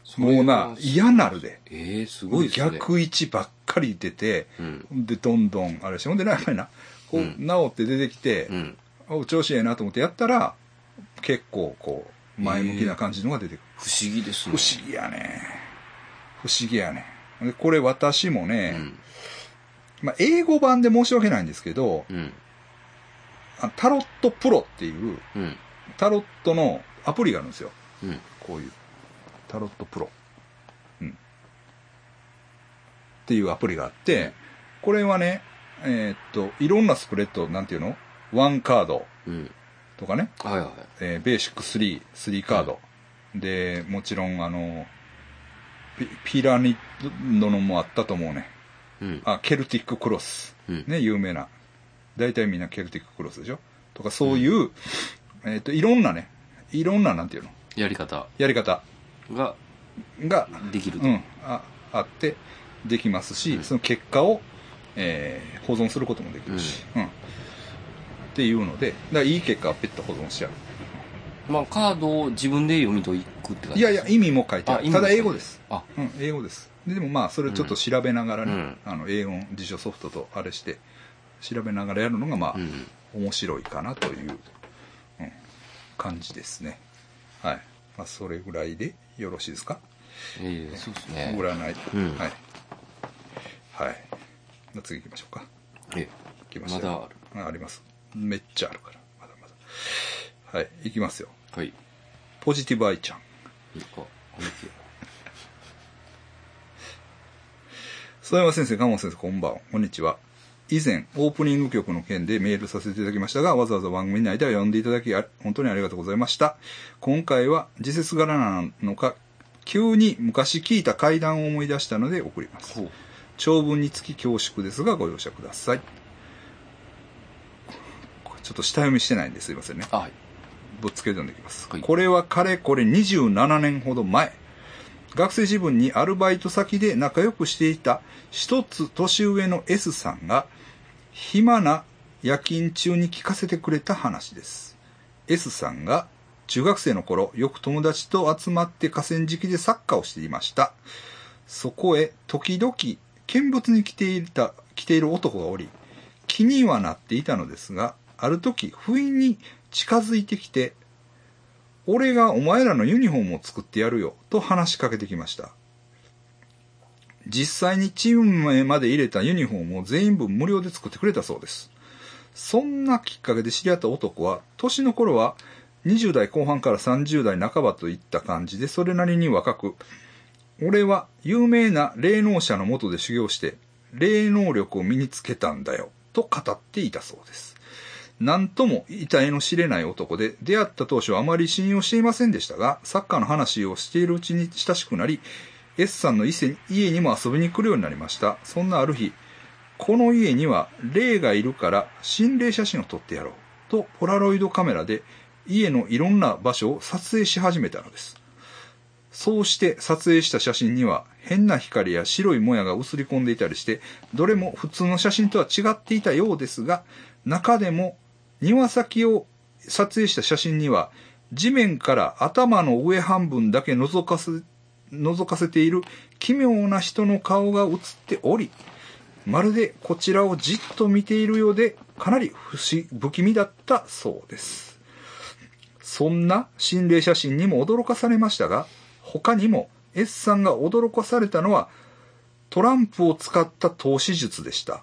Speaker 2: それは
Speaker 1: もうな、嫌なるで。
Speaker 2: ええすごいですね。。
Speaker 1: 逆位置ばっかり出て、
Speaker 2: うん。
Speaker 1: で、どんどん、あれし、ほんでな、やっぱりな、こう、
Speaker 2: うん
Speaker 1: 治って出てきて
Speaker 2: う、ん。
Speaker 1: お調子ええなと思ってやったら、結構、こう、前向きな感じのが出てくる。
Speaker 2: 不思議です
Speaker 1: 不
Speaker 2: ね。
Speaker 1: 思議やね。不思議やね。で、これ私もね、まあ、英語版で申し訳ないんですけど、
Speaker 2: うん。うん。
Speaker 1: あタロットプロっていう、
Speaker 2: うん。
Speaker 1: タロットのアプリがあるんですよ。
Speaker 2: うん。
Speaker 1: こういう。タロットプロ。うん。っていうアプリがあって、これはね、えーっと、いろんなスプレッド、なんていうのワンカード
Speaker 2: うん。
Speaker 1: とかね、
Speaker 2: はいはい。
Speaker 1: えーベーシック3、3カード。で、もちろん、あの、ピピラニッドのもあったと思うね。
Speaker 2: うん。
Speaker 1: あ、ケルティッククロス。
Speaker 2: うん。
Speaker 1: ね、有名な。大体みんなケルティッククロスでしょとか、そういう、えーっと、いろんなね、いろんな、なんていうの
Speaker 2: やり方
Speaker 1: やり方
Speaker 2: が
Speaker 1: が
Speaker 2: できると。
Speaker 1: うん、ああってできますし、
Speaker 2: うん
Speaker 1: その結果を、えー保存することもできるし、うんっていうので、だからいい結果はペット保存してある。
Speaker 2: まあ、カードを自分で読み解くって感
Speaker 1: い
Speaker 2: じ
Speaker 1: やいや、意味も書いてあ
Speaker 2: あ
Speaker 1: る。
Speaker 2: 意味
Speaker 1: た
Speaker 2: も
Speaker 1: だ英語です。
Speaker 2: あ、
Speaker 1: うん、英語です。ででもまあ、それをちょっと調べながらね、
Speaker 2: うん
Speaker 1: あの、英語の辞書ソフトとあれして、調べながらやるのがまあ、
Speaker 2: うん。
Speaker 1: 面白いかなという、うん、感じですね。はい。まあ、それぐらいでよろしいですか
Speaker 2: ええそうですね。
Speaker 1: 占い、
Speaker 2: うん
Speaker 1: はい。はい。じゃあ次行きましょうか。
Speaker 2: え
Speaker 1: 行
Speaker 2: え
Speaker 1: きまし
Speaker 2: ま
Speaker 1: ょう。
Speaker 2: だある。
Speaker 1: ああります。めっちゃあるから。まだまだ。はい。行きますよ。
Speaker 2: はい。
Speaker 1: ポジティブアイちゃん。
Speaker 2: いいか。
Speaker 1: 曽山先生、蒲生先生、こんばんは。こんにちは。以前、オープニング曲の件でメールさせていただきましたが、わざわざ番組内では呼んでいただき、あ本当にありがとうございました。今回は、時節柄なのか、急に昔聞いた怪談を思い出したので送ります
Speaker 2: ほ。う。
Speaker 1: 長文につき恐縮ですが、ご容赦ください。これちょっと下読みしてないんですいませんね。
Speaker 2: あ、はい。
Speaker 1: ぶっつけて読んでいきます、
Speaker 2: はい
Speaker 1: これはかれこれ27年ほど前学生時分にアルバイト先で仲良くしていた一つ年上の S さんが暇な夜勤中に聞かせてくれた話です S さんが中学生の頃よく友達と集まって河川敷でサッカーをしていましたそこへ時々見物に来ていた来ている男がおり気にはなっていたのですがある時不意に近づいてきて「俺がお前らのユニフォームを作ってやるよ」と話しかけてきました実際にチーム名まで入れたユニフォームを全員分無料で作ってくれたそうですそんなきっかけで知り合った男は年の頃は20代後半から30代半ばといった感じでそれなりに若く俺は有名な霊能者のもとで修行して霊能力を身につけたんだよと語っていたそうです何とも痛いの知れない男で出会った当初はあまり信用していませんでしたがサッカーの話をしているうちに親しくなり S さんの伊勢家にも遊びに来るようになりましたそんなある日この家には霊がいるから心霊写真を撮ってやろうとポラロイドカメラで家のいろんな場所を撮影し始めたのですそうして撮影した写真には変な光や白いもやが映り込んでいたりして、どれも普通の写真とは違っていたようですが、中でも庭先を撮影した写真には、地面から頭の上半分だけ覗かせ、覗かせている奇妙な人の顔が映っており、まるでこちらをじっと見ているようで、かなり不思不気味だったそうです。そんな心霊写真にも驚かされましたが、他にも S さんが驚かされたのは、トランプを使った投資術でした。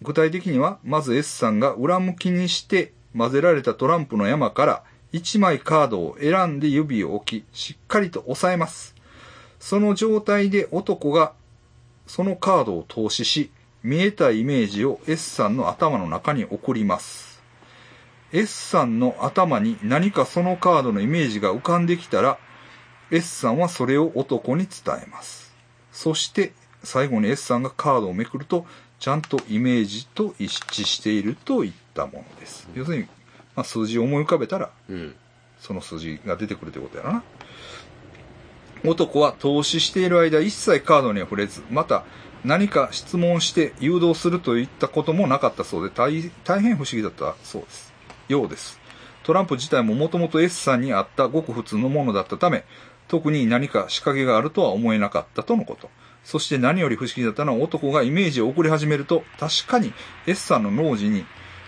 Speaker 1: 具体的には、まず S さんが裏向きにして混ぜられたトランプの山から1枚カードを選んで指を置き、しっかりと押さえます。その状態で男がそのカードを投資し、見えたイメージを S さんの頭の中に送ります。S さんの頭に何かそのカードのイメージが浮かんできたら S さんはそれを男に伝えますそして最後に S さんがカードをめくるとちゃんとイメージと一致しているといったものです要するに、まあ、数字を思い浮かべたら
Speaker 2: うん。
Speaker 1: その数字が出てくるということやろな男は投資している間一切カードには触れずまた何か質問して誘導するといったこともなかったそうで大大変不思議だったそうですようですトランプ自体ももともと S さんにあったごく普通のものだったため特に何か仕掛けがあるとは思えなかったとのことそして何より不思議だったのは男がイメージを送り始めると確かに S さんの脳時に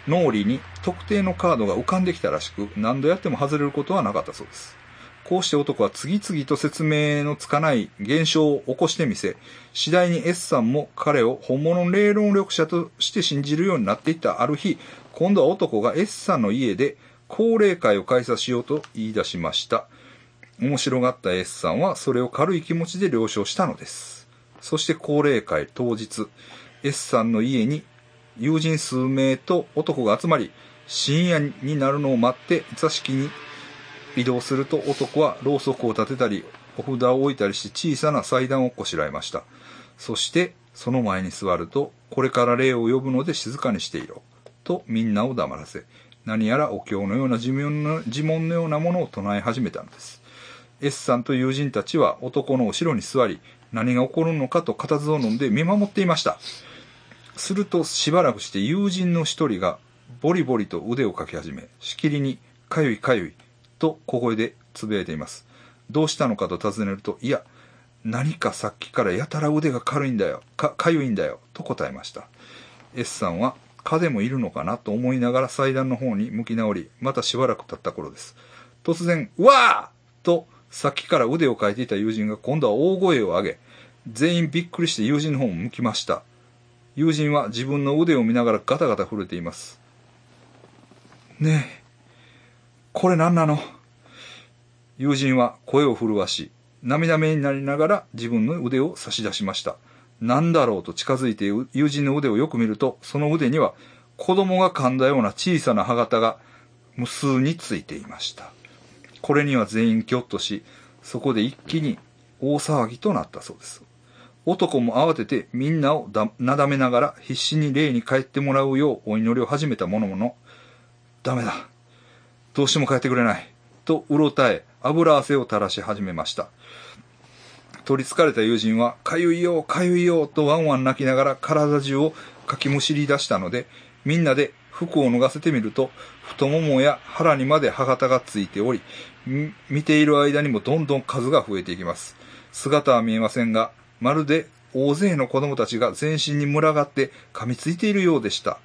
Speaker 1: 脳裏に特定のカードが浮かんできたらしく何度やっても外れることはなかったそうですこうして男は次々と説明のつかない現象を起こしてみせ次第に S さんも彼を本物の霊能力者として信じるようになっていったある日今度は男が S さんの家で高齢会を開催しようと言い出しました面白がった S さんはそれを軽い気持ちで了承したのですそして高齢会当日 S さんの家に友人数名と男が集まり深夜になるのを待って座敷に移動すると男はろうそくを立てたりお札を置いたりして小さな祭壇をこしらえましたそしてその前に座るとこれから霊を呼ぶので静かにしていろとみんなを黙らせ何やらお経のような呪文の呪文のようなものを唱え始めたのです S さんと友人たちは男の後ろに座り何が起こるのかと固唾を飲んで見守っていましたするとしばらくして友人の一人がボリボリと腕をかき始め、しきりに、かゆいかゆい、と小声でつぶやいています。どうしたのかと尋ねると、いや、何かさっきからやたら腕が軽いんだよ、か、かゆいんだよ、と答えました。S さんは、蚊でもいるのかなと思いながら祭壇の方に向き直り、またしばらく経った頃です。突然、うわーと、さっきから腕をかいていた友人が今度は大声を上げ、全員びっくりして友人の方も向きました。友人は自分の腕を見ながらガタガタ震えています。ねえ、これ何なの友人は声を震わし、涙目になりながら自分の腕を差し出しました。何だろうと近づいて友人の腕をよく見ると、その腕には子供が噛んだような小さな歯型が無数についていました。これには全員ギョッとし、そこで一気に大騒ぎとなったそうです。男も慌ててみんなをだなだめながら必死に霊に帰ってもらうようお祈りを始めたものの、ダメだ。どうしても帰ってくれない。とうろたえ、油汗を垂らし始めました。取り憑かれた友人は、かゆいよ、かゆいよ、とワンワン泣きながら体中をかきむしり出したので、みんなで服を脱がせてみると、太ももや腹にまで歯型がついており、み見ている間にもどんどん数が増えていきます。姿は見えませんが、まるで大勢の子供たちが全身に群がって噛みついているようでした。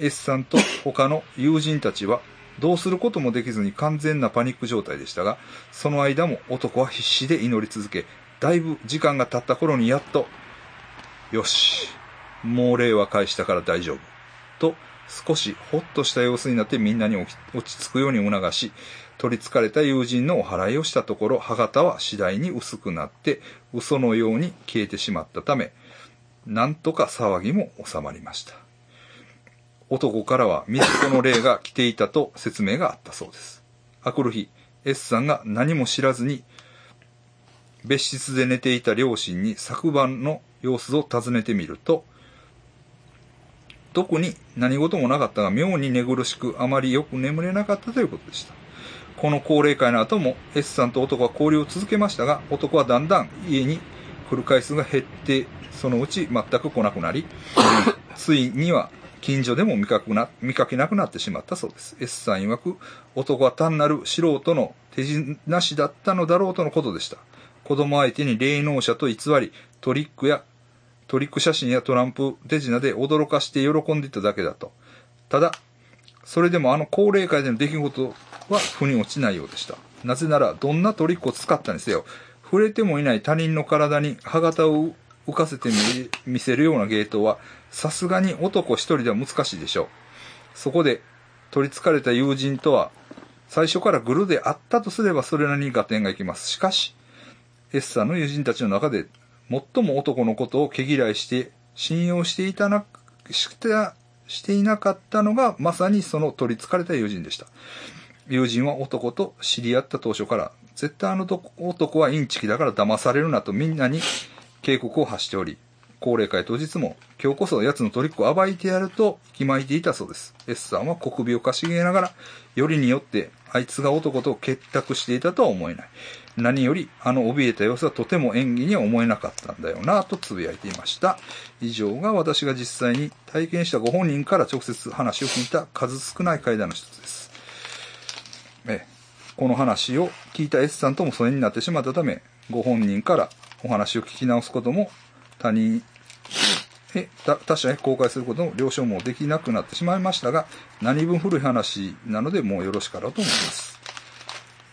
Speaker 1: S さんと他の友人たちはどうすることもできずに完全なパニック状態でしたが、その間も男は必死で祈り続け、だいぶ時間が経った頃にやっと、よし、もう霊は返したから大丈夫。と、少しほっとした様子になってみんなに落ち落ち着くように促し、取り憑かれた友人のお祓いをしたところ、歯型は次第に薄くなって、嘘のように消えてしまったため、なんとか騒ぎも収まりました。男からは水子の霊が来ていたと説明があったそうです。あくる日、S さんが何も知らずに、別室で寝ていた両親に昨晩の様子を尋ねてみると、特に何事もなかったが妙に寝苦しくあまりよく眠れなかったということでした。この高齢会の後も S さんと男は交流を続けましたが、男はだんだん家に来る回数が減って、そのうち全く来なくなり、ついには近所でも見かくな見かけなくなってしまったそうです。S さん曰く、男は単なる素人の手品師だったのだろうとのことでした。子供相手に霊能者と偽り、トリックや、トリック写真やトランプ手品で驚かして喜んでいただけだと。ただ、それでもあの高齢会での出来事は腑に落ちないようでした。なぜなら、どんなトリックを使ったにせよ、触れてもいない他人の体に歯型を浮かせてみ見せるような芸当は、さすがに男一人では難しいでしょう。そこで、取り憑かれた友人とは、最初からグルであったとすればそれなりに合点がいきます。しかし、S さんの友人たちの中で、最も男のことを毛嫌いして、信用していたな、して、していなかったのが、まさにその取り憑かれた友人でした。友人は男と知り合った当初から、絶対あのど男はインチキだから騙されるなとみんなに警告を発しており、高齢会当日も、今日こそ奴のトリックを暴いてやると息巻いていたそうです。S さんは小首をかしげながら、よりによって、あいつが男と結託していたとは思えない。何より、あの怯えた様子はとても演技には思えなかったんだよな、とつぶやいていました。以上が私が実際に体験したご本人から直接話を聞いた数少ない会談の一つです。ええこの話を聞いた S さんとも疎遠になってしまったため、ご本人からお話を聞き直すことも、他人へ、た他者へ公開することも了承もできなくなってしまいましたが、何分古い話なのでもうよろしかろうと思います。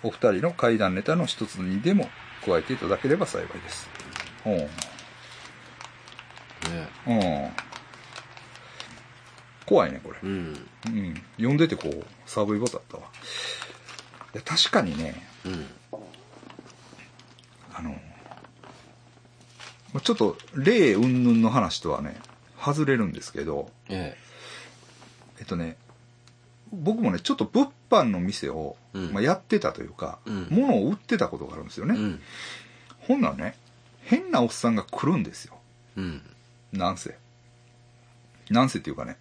Speaker 1: お二人の怪談ネタの一つにでも加えていただければ幸いです。ほう
Speaker 2: ね
Speaker 1: うん。怖いね、これ。
Speaker 2: うん。
Speaker 1: うん。読んでてこう、寒いことだったわ。いや、確かにね、
Speaker 2: うん。
Speaker 1: あの、まあちょっと、霊云々の話とはね、外れるんですけど、
Speaker 2: ええ。
Speaker 1: えっとね、僕もね、ちょっと物販の店を、
Speaker 2: うん
Speaker 1: まあ、やってたというか、
Speaker 2: うん
Speaker 1: 物を売ってたことがあるんですよ
Speaker 2: う
Speaker 1: ね。
Speaker 2: ん。
Speaker 1: ほんならね、変なおっさんが来るんですよ。
Speaker 2: うん。
Speaker 1: なんせ。なんせっていうかね、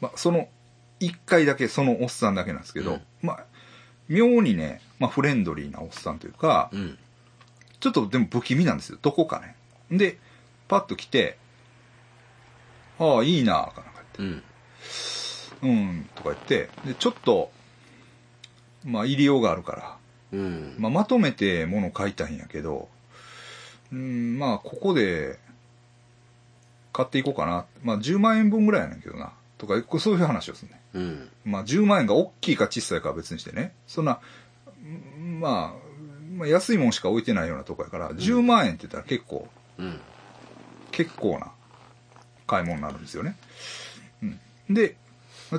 Speaker 1: まあ、その、一回だけ、そのおっさんだけなんですけど、
Speaker 2: うん
Speaker 1: まあ、妙にね、まあ、フレンドリーなおっさんというか、
Speaker 2: うん。
Speaker 1: ちょっとでも不気味なんですよ。どこかね。で、パッと来て、ああ、いいなあ、かなんか言って。
Speaker 2: う
Speaker 1: う
Speaker 2: ん。
Speaker 1: ん、とか言って、で、ちょっと、まあ、入りようがあるから、
Speaker 2: うん。
Speaker 1: まあ、まとめてもの書いたんやけど、うん、まあ、ここで、買っていこうかな。まあ、10万円分ぐらいやねんけどな。とか、そういう話をするね。
Speaker 2: うん。
Speaker 1: まあ、10万円が大きいか小さいかは別にしてね。そんな、うんまあ、まあ、安いもんしか置いてないようなとこやから、10万円って言ったら結構、
Speaker 2: うん。
Speaker 1: 結構な買い物になるんですよね。うん、で、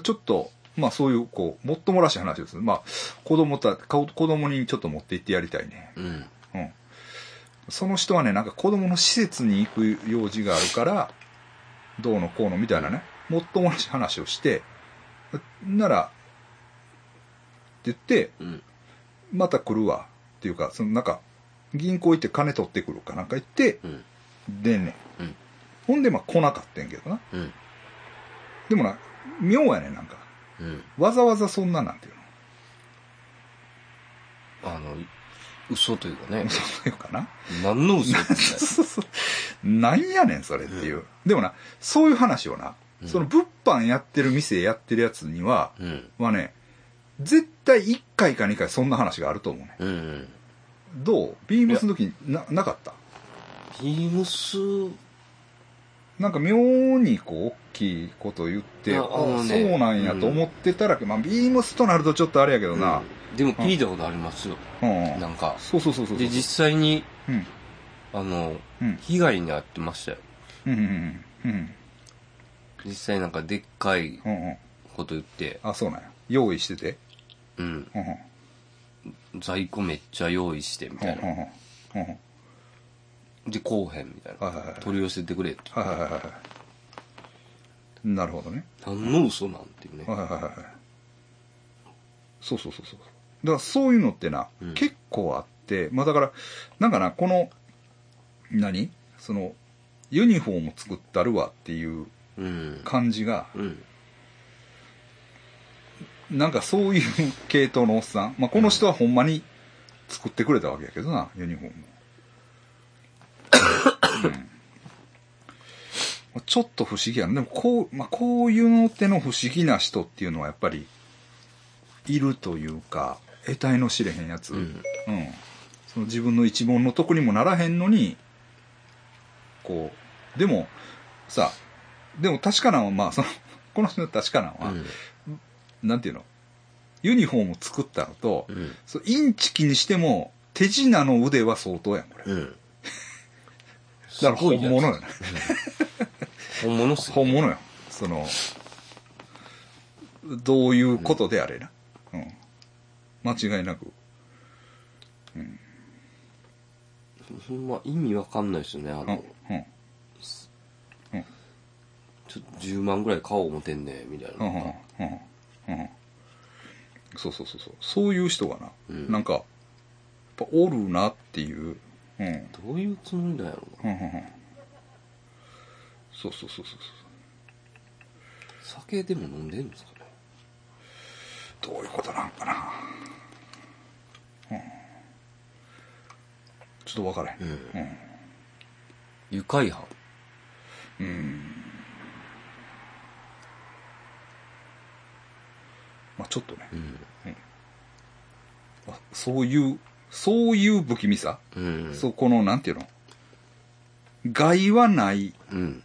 Speaker 1: ちょっと、まあそういう、こう、もっともらしい話です。まあ、子供た、子子供にちょっと持って行ってやりたいね。
Speaker 2: うん。
Speaker 1: うん。その人はね、なんか子供の施設に行く用事があるから、どうのこうのみたいなね、もっともらしい話をして、なら、って言って、
Speaker 2: うん。
Speaker 1: また来るわ。っていうか、そのなんか、銀行行って金取ってくるかなんか言って、
Speaker 2: うん。
Speaker 1: でね、
Speaker 2: うん
Speaker 1: ほんでまあ来なかったんやけどな
Speaker 2: うん。
Speaker 1: でもな妙やねんなんか
Speaker 2: うん。
Speaker 1: わざわざそんななんていうの
Speaker 2: あの、嘘というかね。
Speaker 1: そういうかな
Speaker 2: 何の嘘って
Speaker 1: そうそうなんやねんそれっていう、でもなそういう話をな、
Speaker 2: うん
Speaker 1: その物販やってる店やってるやつには
Speaker 2: うん。
Speaker 1: はね絶対1回か2回そんな話があると思うね
Speaker 2: うん。
Speaker 1: どうビームスの時ななかった
Speaker 2: ビームス、
Speaker 1: なんか妙にこう大きいこと言って、
Speaker 2: あ
Speaker 1: あ
Speaker 2: あのね
Speaker 1: そうなんやと思ってたら、まあ、ビームスとなるとちょっとあれやけどな、
Speaker 2: でも聞いたことありますよ。
Speaker 1: うん
Speaker 2: なんか。
Speaker 1: そうそうそうそうそう
Speaker 2: で、実際に、
Speaker 1: うん
Speaker 2: あの、
Speaker 1: うん
Speaker 2: 被害に遭ってましたよ。
Speaker 1: うんうんうん
Speaker 2: 実際なんかでっかい
Speaker 1: うんうんうん
Speaker 2: こと言って、
Speaker 1: あそうなんや用意してて
Speaker 2: うん、
Speaker 1: うんうん
Speaker 2: 在庫めっちゃ用意して、み
Speaker 1: うん
Speaker 2: た
Speaker 1: う
Speaker 2: い
Speaker 1: ん
Speaker 2: な。
Speaker 1: うんうん
Speaker 2: で、こうへん、みたい
Speaker 1: はいはいは
Speaker 2: な。
Speaker 1: い
Speaker 2: 取り寄せてくれって。
Speaker 1: はいはいはいはいなるほどね
Speaker 2: 何の嘘なんていうね
Speaker 1: は。いはいはいはいそうそうそうそうだからそういうのってな、
Speaker 2: うん
Speaker 1: 結構あってまあだからなんかなこの何そのユニフォーム作ったるわっていう
Speaker 2: うん。
Speaker 1: 感じが
Speaker 2: うん。
Speaker 1: なんかそういう系統のおっさん、まあ、この人はほんまに作ってくれたわけやけどなユニフォーム、うんまあちょっと不思議やなでもこう,、まあ、こういうのっての不思議な人っていうのはやっぱりいるというか得体の知れへんやつ、
Speaker 2: うん。
Speaker 1: うんその自分の一問の得にもならへんのにこうでもさでも確かなのはまあそのこの人の確かなのは、なんていうのユニフォームを作ったのと、
Speaker 2: うん。
Speaker 1: そうインチキにしても手品の腕は相当やんこれだ
Speaker 2: うん。
Speaker 1: から本物
Speaker 2: や
Speaker 1: や な
Speaker 2: 本物っすよ
Speaker 1: 本物やそのどういうことであれな、うん間違いなく
Speaker 2: ほんま意味わかんないですよね。あ
Speaker 1: うん
Speaker 2: の、
Speaker 1: うん
Speaker 2: ちょっと10万ぐらい買おう思てんねみたい
Speaker 1: うんうん
Speaker 2: な。
Speaker 1: うんうんそうそうそうそうそういう人がな、
Speaker 2: うん
Speaker 1: なんかやっぱおるなっていううんうん
Speaker 2: どういうつもりだよ。
Speaker 1: うんうんそうそうそうそうそう
Speaker 2: 酒でも飲んでんですかね。
Speaker 1: どういうことなんかな、うんちょっと分からへん、
Speaker 2: うん
Speaker 1: うん
Speaker 2: 愉快犯。
Speaker 1: うんまあちょっとね、
Speaker 2: うん。
Speaker 1: あそういうそういう不気味さ、
Speaker 2: うん。
Speaker 1: そうこのなんていうの害はない、
Speaker 2: うん。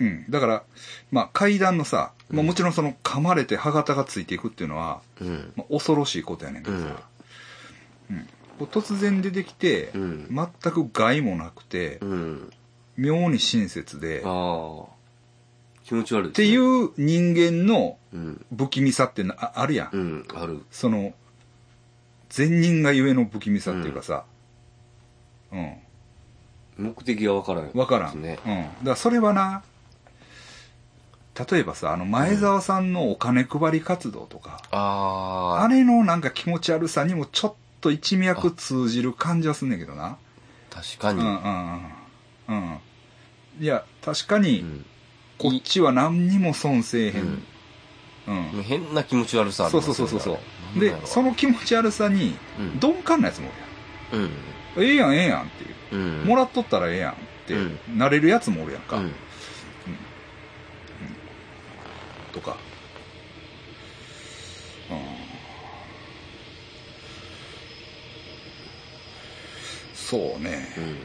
Speaker 1: うん、だから、まあ、階段のさ、まあ、もちろんその噛まれて歯型がついていくっていうのは、
Speaker 2: うん。
Speaker 1: まあ、恐ろしいことやねんけ
Speaker 2: う
Speaker 1: どさ、
Speaker 2: ん。
Speaker 1: こう突然出てきて、
Speaker 2: うん。
Speaker 1: 全く害もなくて
Speaker 2: う、ん。
Speaker 1: 妙に親切で、っ
Speaker 2: ああ。気持ち悪い。って
Speaker 1: い。う人間の
Speaker 2: うん。
Speaker 1: 不気味さってなああるやん。
Speaker 2: うん。ある。
Speaker 1: その、善人がゆえの不気味さっていうかさ、うん、わ、
Speaker 2: 目的がわからない。
Speaker 1: から
Speaker 2: です
Speaker 1: ん、
Speaker 2: ね
Speaker 1: う。ん。だからそれはな、例えばさ、あの前澤さんのお金配り活動とか、
Speaker 2: ああ。
Speaker 1: あれのなんか気持ち悪さにもちょっと一脈通じる感じはすんねんけどな。
Speaker 2: 確か
Speaker 1: うん
Speaker 2: に。
Speaker 1: う
Speaker 2: うん
Speaker 1: うんうん。いや、確かに、
Speaker 2: ん。
Speaker 1: こっちは何にも損せえへ
Speaker 2: うんん。。
Speaker 1: うん。
Speaker 2: 変な気持ち悪さある
Speaker 1: そうそうそうそうそ
Speaker 2: な
Speaker 1: う。
Speaker 2: んだ
Speaker 1: で
Speaker 2: ろ、
Speaker 1: その気持ち悪さに、
Speaker 2: うん
Speaker 1: 鈍感なやつも
Speaker 2: うん
Speaker 1: おるやん。ええやん、ええやんっていう。
Speaker 2: うん
Speaker 1: もらっとったらええやんって、なれるやつもおるやんか。
Speaker 2: うん
Speaker 1: ことか。うんそうね。
Speaker 2: うん。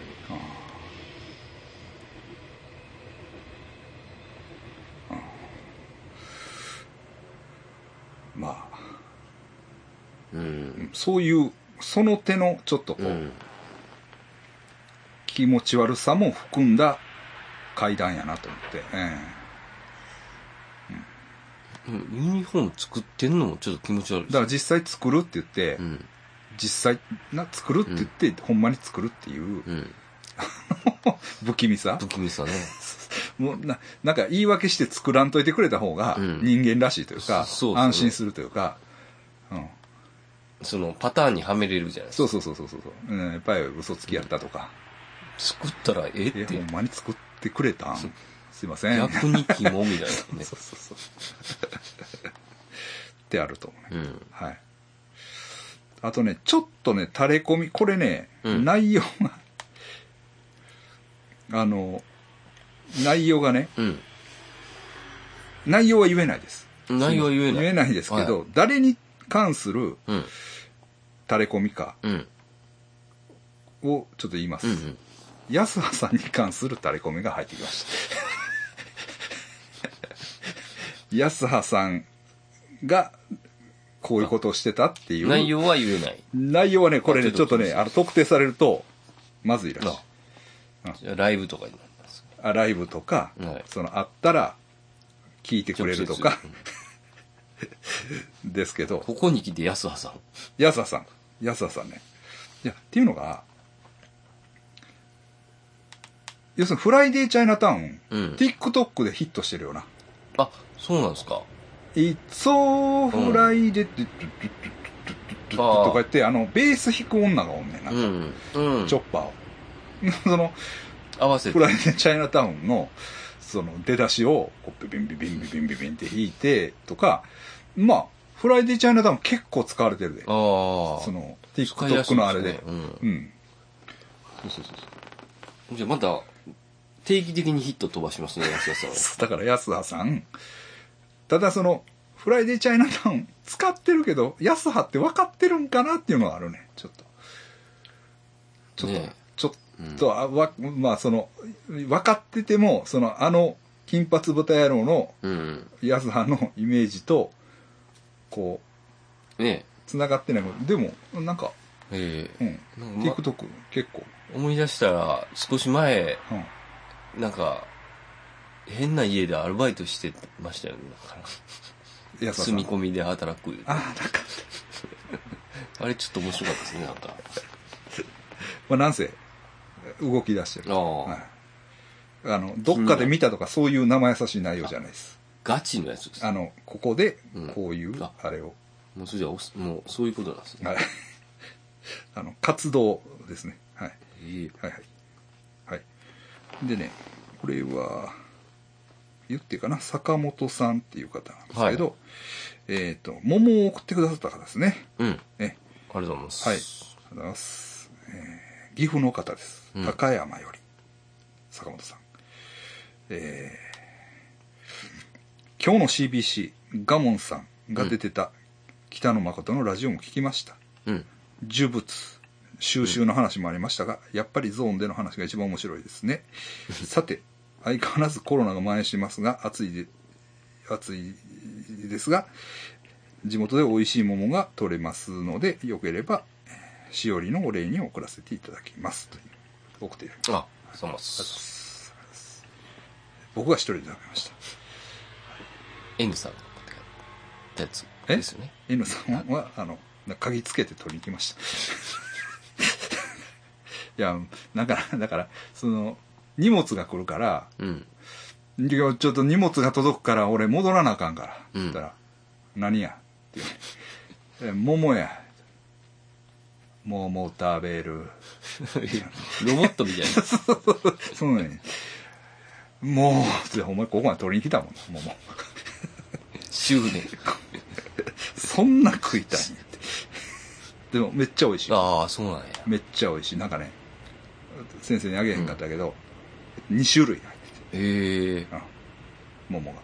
Speaker 1: まあ、
Speaker 2: うん。
Speaker 1: そういう、その手のちょっとこ
Speaker 2: う
Speaker 1: う、
Speaker 2: ん。
Speaker 1: 気持ち悪さも含んだ階段やなと思って。え
Speaker 2: ユニフォーム作ってんのもちょっと気持ち悪い
Speaker 1: えだから実際作るって言って、
Speaker 2: うん。
Speaker 1: 実際な作るって言って、ほんまに作るっていう
Speaker 2: うん。
Speaker 1: 不気味さ、
Speaker 2: 不気味さね。
Speaker 1: もうななんか言い訳して作らんといてくれた方が
Speaker 2: うん
Speaker 1: 人間らしいというか、
Speaker 2: そそうそう
Speaker 1: 安心するというか、うん、
Speaker 2: そのパターンにはめれるじゃないです
Speaker 1: そうそうそうそうそう、うん、やっぱり嘘つきやったとか、
Speaker 2: か。作ったらええっ
Speaker 1: えほ
Speaker 2: て
Speaker 1: ん。まに作ってくれたんすいません
Speaker 2: 逆に肝みたいな
Speaker 1: そう。
Speaker 2: ね
Speaker 1: そうそうってあると思うね、
Speaker 2: うん。
Speaker 1: はいあとねちょっとね垂れ込みこれね、
Speaker 2: うん
Speaker 1: 内容があの内容がね内容は言えないです
Speaker 2: うん。内容は言えない。
Speaker 1: 言えないですけど、
Speaker 2: は
Speaker 1: 誰に関する
Speaker 2: うん。
Speaker 1: 垂れ込みか
Speaker 2: うん。
Speaker 1: をちょっと言います、
Speaker 2: うんうん。
Speaker 1: 安葉さんに関するタレコミが入ってきました 安葉さんがこういうことをしてたっていう
Speaker 2: 内容は言えない。
Speaker 1: 内容はねこれね
Speaker 2: あ
Speaker 1: ち
Speaker 2: ち
Speaker 1: ょ
Speaker 2: ょ
Speaker 1: っ
Speaker 2: っ
Speaker 1: と
Speaker 2: と
Speaker 1: ねあの特定されるとまずいらしい
Speaker 2: あじゃあライブとかになります。
Speaker 1: あライブとか、
Speaker 2: はい
Speaker 1: そのあったら聞いてくれるとか
Speaker 2: 直接。
Speaker 1: ですけど
Speaker 2: ここに来て安葉さん。
Speaker 1: 安葉さん安葉さんねいやっていうのが要するに「フライデーチャイナタウン」
Speaker 2: うん。
Speaker 1: TikTok でヒットしてるよな。
Speaker 2: あ、そうなんですか。
Speaker 1: いつおフライでって、とか言って、あの、ベース弾く女がおんねんな
Speaker 2: う。ん。うん
Speaker 1: チョッ。パーを。 その、
Speaker 2: 合わせ
Speaker 1: フ
Speaker 2: て。
Speaker 1: ライデチャイナタウンの、その、出だしを、ビビンビビンビビンビビンって弾いて、とか、まあ、フライデチャイナタウン結構使われてるで。
Speaker 2: ああ。
Speaker 1: その、
Speaker 2: 使いやすい
Speaker 1: TikTok
Speaker 2: すね
Speaker 1: のあれで。
Speaker 2: うん
Speaker 1: うん。
Speaker 2: じゃあまた、定期的にヒット飛ばしますね、安田さんは。
Speaker 1: だから安葉さんただそのフライデーチャイナタウン使ってるけど安葉って分かってるんかなっていうのはあるねちょっとちょっと、
Speaker 2: ねえ
Speaker 1: ちょっと、あわまあその分かっててもそのあの金髪豚野郎の
Speaker 2: うん。
Speaker 1: 安葉のイメージとこう
Speaker 2: ね
Speaker 1: つながってないでもなんか、
Speaker 2: え。
Speaker 1: う
Speaker 2: え
Speaker 1: ん、
Speaker 2: えなんかま
Speaker 1: TikTok 結構、
Speaker 2: 思い出したら、少し前、
Speaker 1: うん、
Speaker 2: なんか、変な家でアルバイトしてましたよね。だから
Speaker 1: 安葉さ
Speaker 2: 住み
Speaker 1: ん
Speaker 2: 込みで働く。
Speaker 1: ああなんか、
Speaker 2: あれちょっと面白かったですね、なんか。
Speaker 1: まあ、なんせ動き出してる
Speaker 2: ああ、
Speaker 1: はい、あのどっかで見たとかそういう生優しい内容じゃないです
Speaker 2: ガチのやつです。
Speaker 1: あのここで
Speaker 2: うん
Speaker 1: こういう
Speaker 2: あ
Speaker 1: あれを、
Speaker 2: もうそれじゃおす、もうそういうことなんですね。
Speaker 1: はい あの活動ですねはい
Speaker 2: ええ
Speaker 1: はいはいはいでねこれは言っていいかな坂本さんっていう方なんですけど、えっ、と桃を送ってくださった方ですね
Speaker 2: うん。あ
Speaker 1: えはい
Speaker 2: りがとうございます。
Speaker 1: ありがとうございます、えー岐阜の方です、
Speaker 2: うん
Speaker 1: 高山より坂本さんえー今日の CBC ガモンさんが出てた北野誠のラジオも聞きました
Speaker 2: うん。
Speaker 1: 呪物収集の話もありましたが、やっぱりゾーンでの話が一番面白いですねさて相変わらずコロナが蔓延していますが暑いで暑いですが地元で美味しい桃が取れますのでよければしおりのお礼に送らせていただきますという送っていただき
Speaker 2: あ、そうま。
Speaker 1: ますす僕が一人で食べました
Speaker 2: N さんが買ってたやつ
Speaker 1: え
Speaker 2: ですよね。
Speaker 1: N さんはあの鍵つけて取りに行きました いやだからだからその荷物が来るから
Speaker 2: うん。
Speaker 1: 「いやちょっと荷物が届くから俺戻らなあかんから」
Speaker 2: うん
Speaker 1: 言ったら「何や?」って言う「え桃や」「桃食べ る」
Speaker 2: ロボットみたいな。
Speaker 1: そうねもうってお前ここまで取りに来たもんな桃
Speaker 2: 執念。
Speaker 1: そんな食いたいんやってでもめっちゃ美味しい
Speaker 2: ああ、そうなんや。
Speaker 1: めっちゃ美味しいなんかね先生にあげへんかったけど、2種類入ってて
Speaker 2: ええ
Speaker 1: うん桃が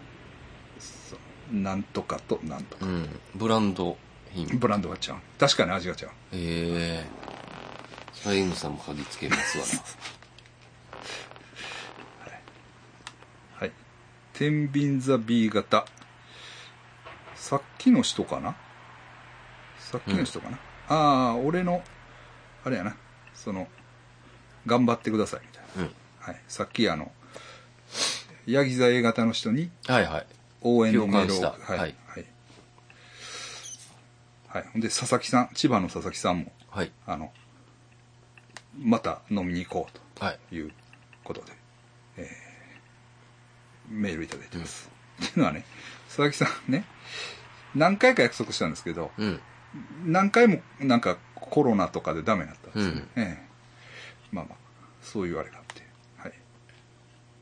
Speaker 1: そうなんとかとなんとか
Speaker 2: うん。ブランド品。
Speaker 1: ブランドが違う確かに味が違う
Speaker 2: ええそれ M さんも嗅ぎつけますわ
Speaker 1: はい天秤座 B 型さっきの人かなさっきの人かな、ああ俺のあれやなその頑張ってくださいみたいな、
Speaker 2: な。うん。
Speaker 1: はい、さっきあのヤギ座 A 型の人に
Speaker 2: はいはい。
Speaker 1: 応援のメールを
Speaker 2: 共感した
Speaker 1: はいは
Speaker 2: はいい、
Speaker 1: はいほんで佐々木さん千葉の佐々木さんも
Speaker 2: はい。
Speaker 1: あのまた飲みに行こうと
Speaker 2: はい。
Speaker 1: ということで、えーメールいただいてます。っていうのはね、佐々木さんね、何回か約束したんですけど、
Speaker 2: うん。
Speaker 1: 何回もなんかコロナとかでダメになったんですよね。ええまあまあ、そういうあれがあって。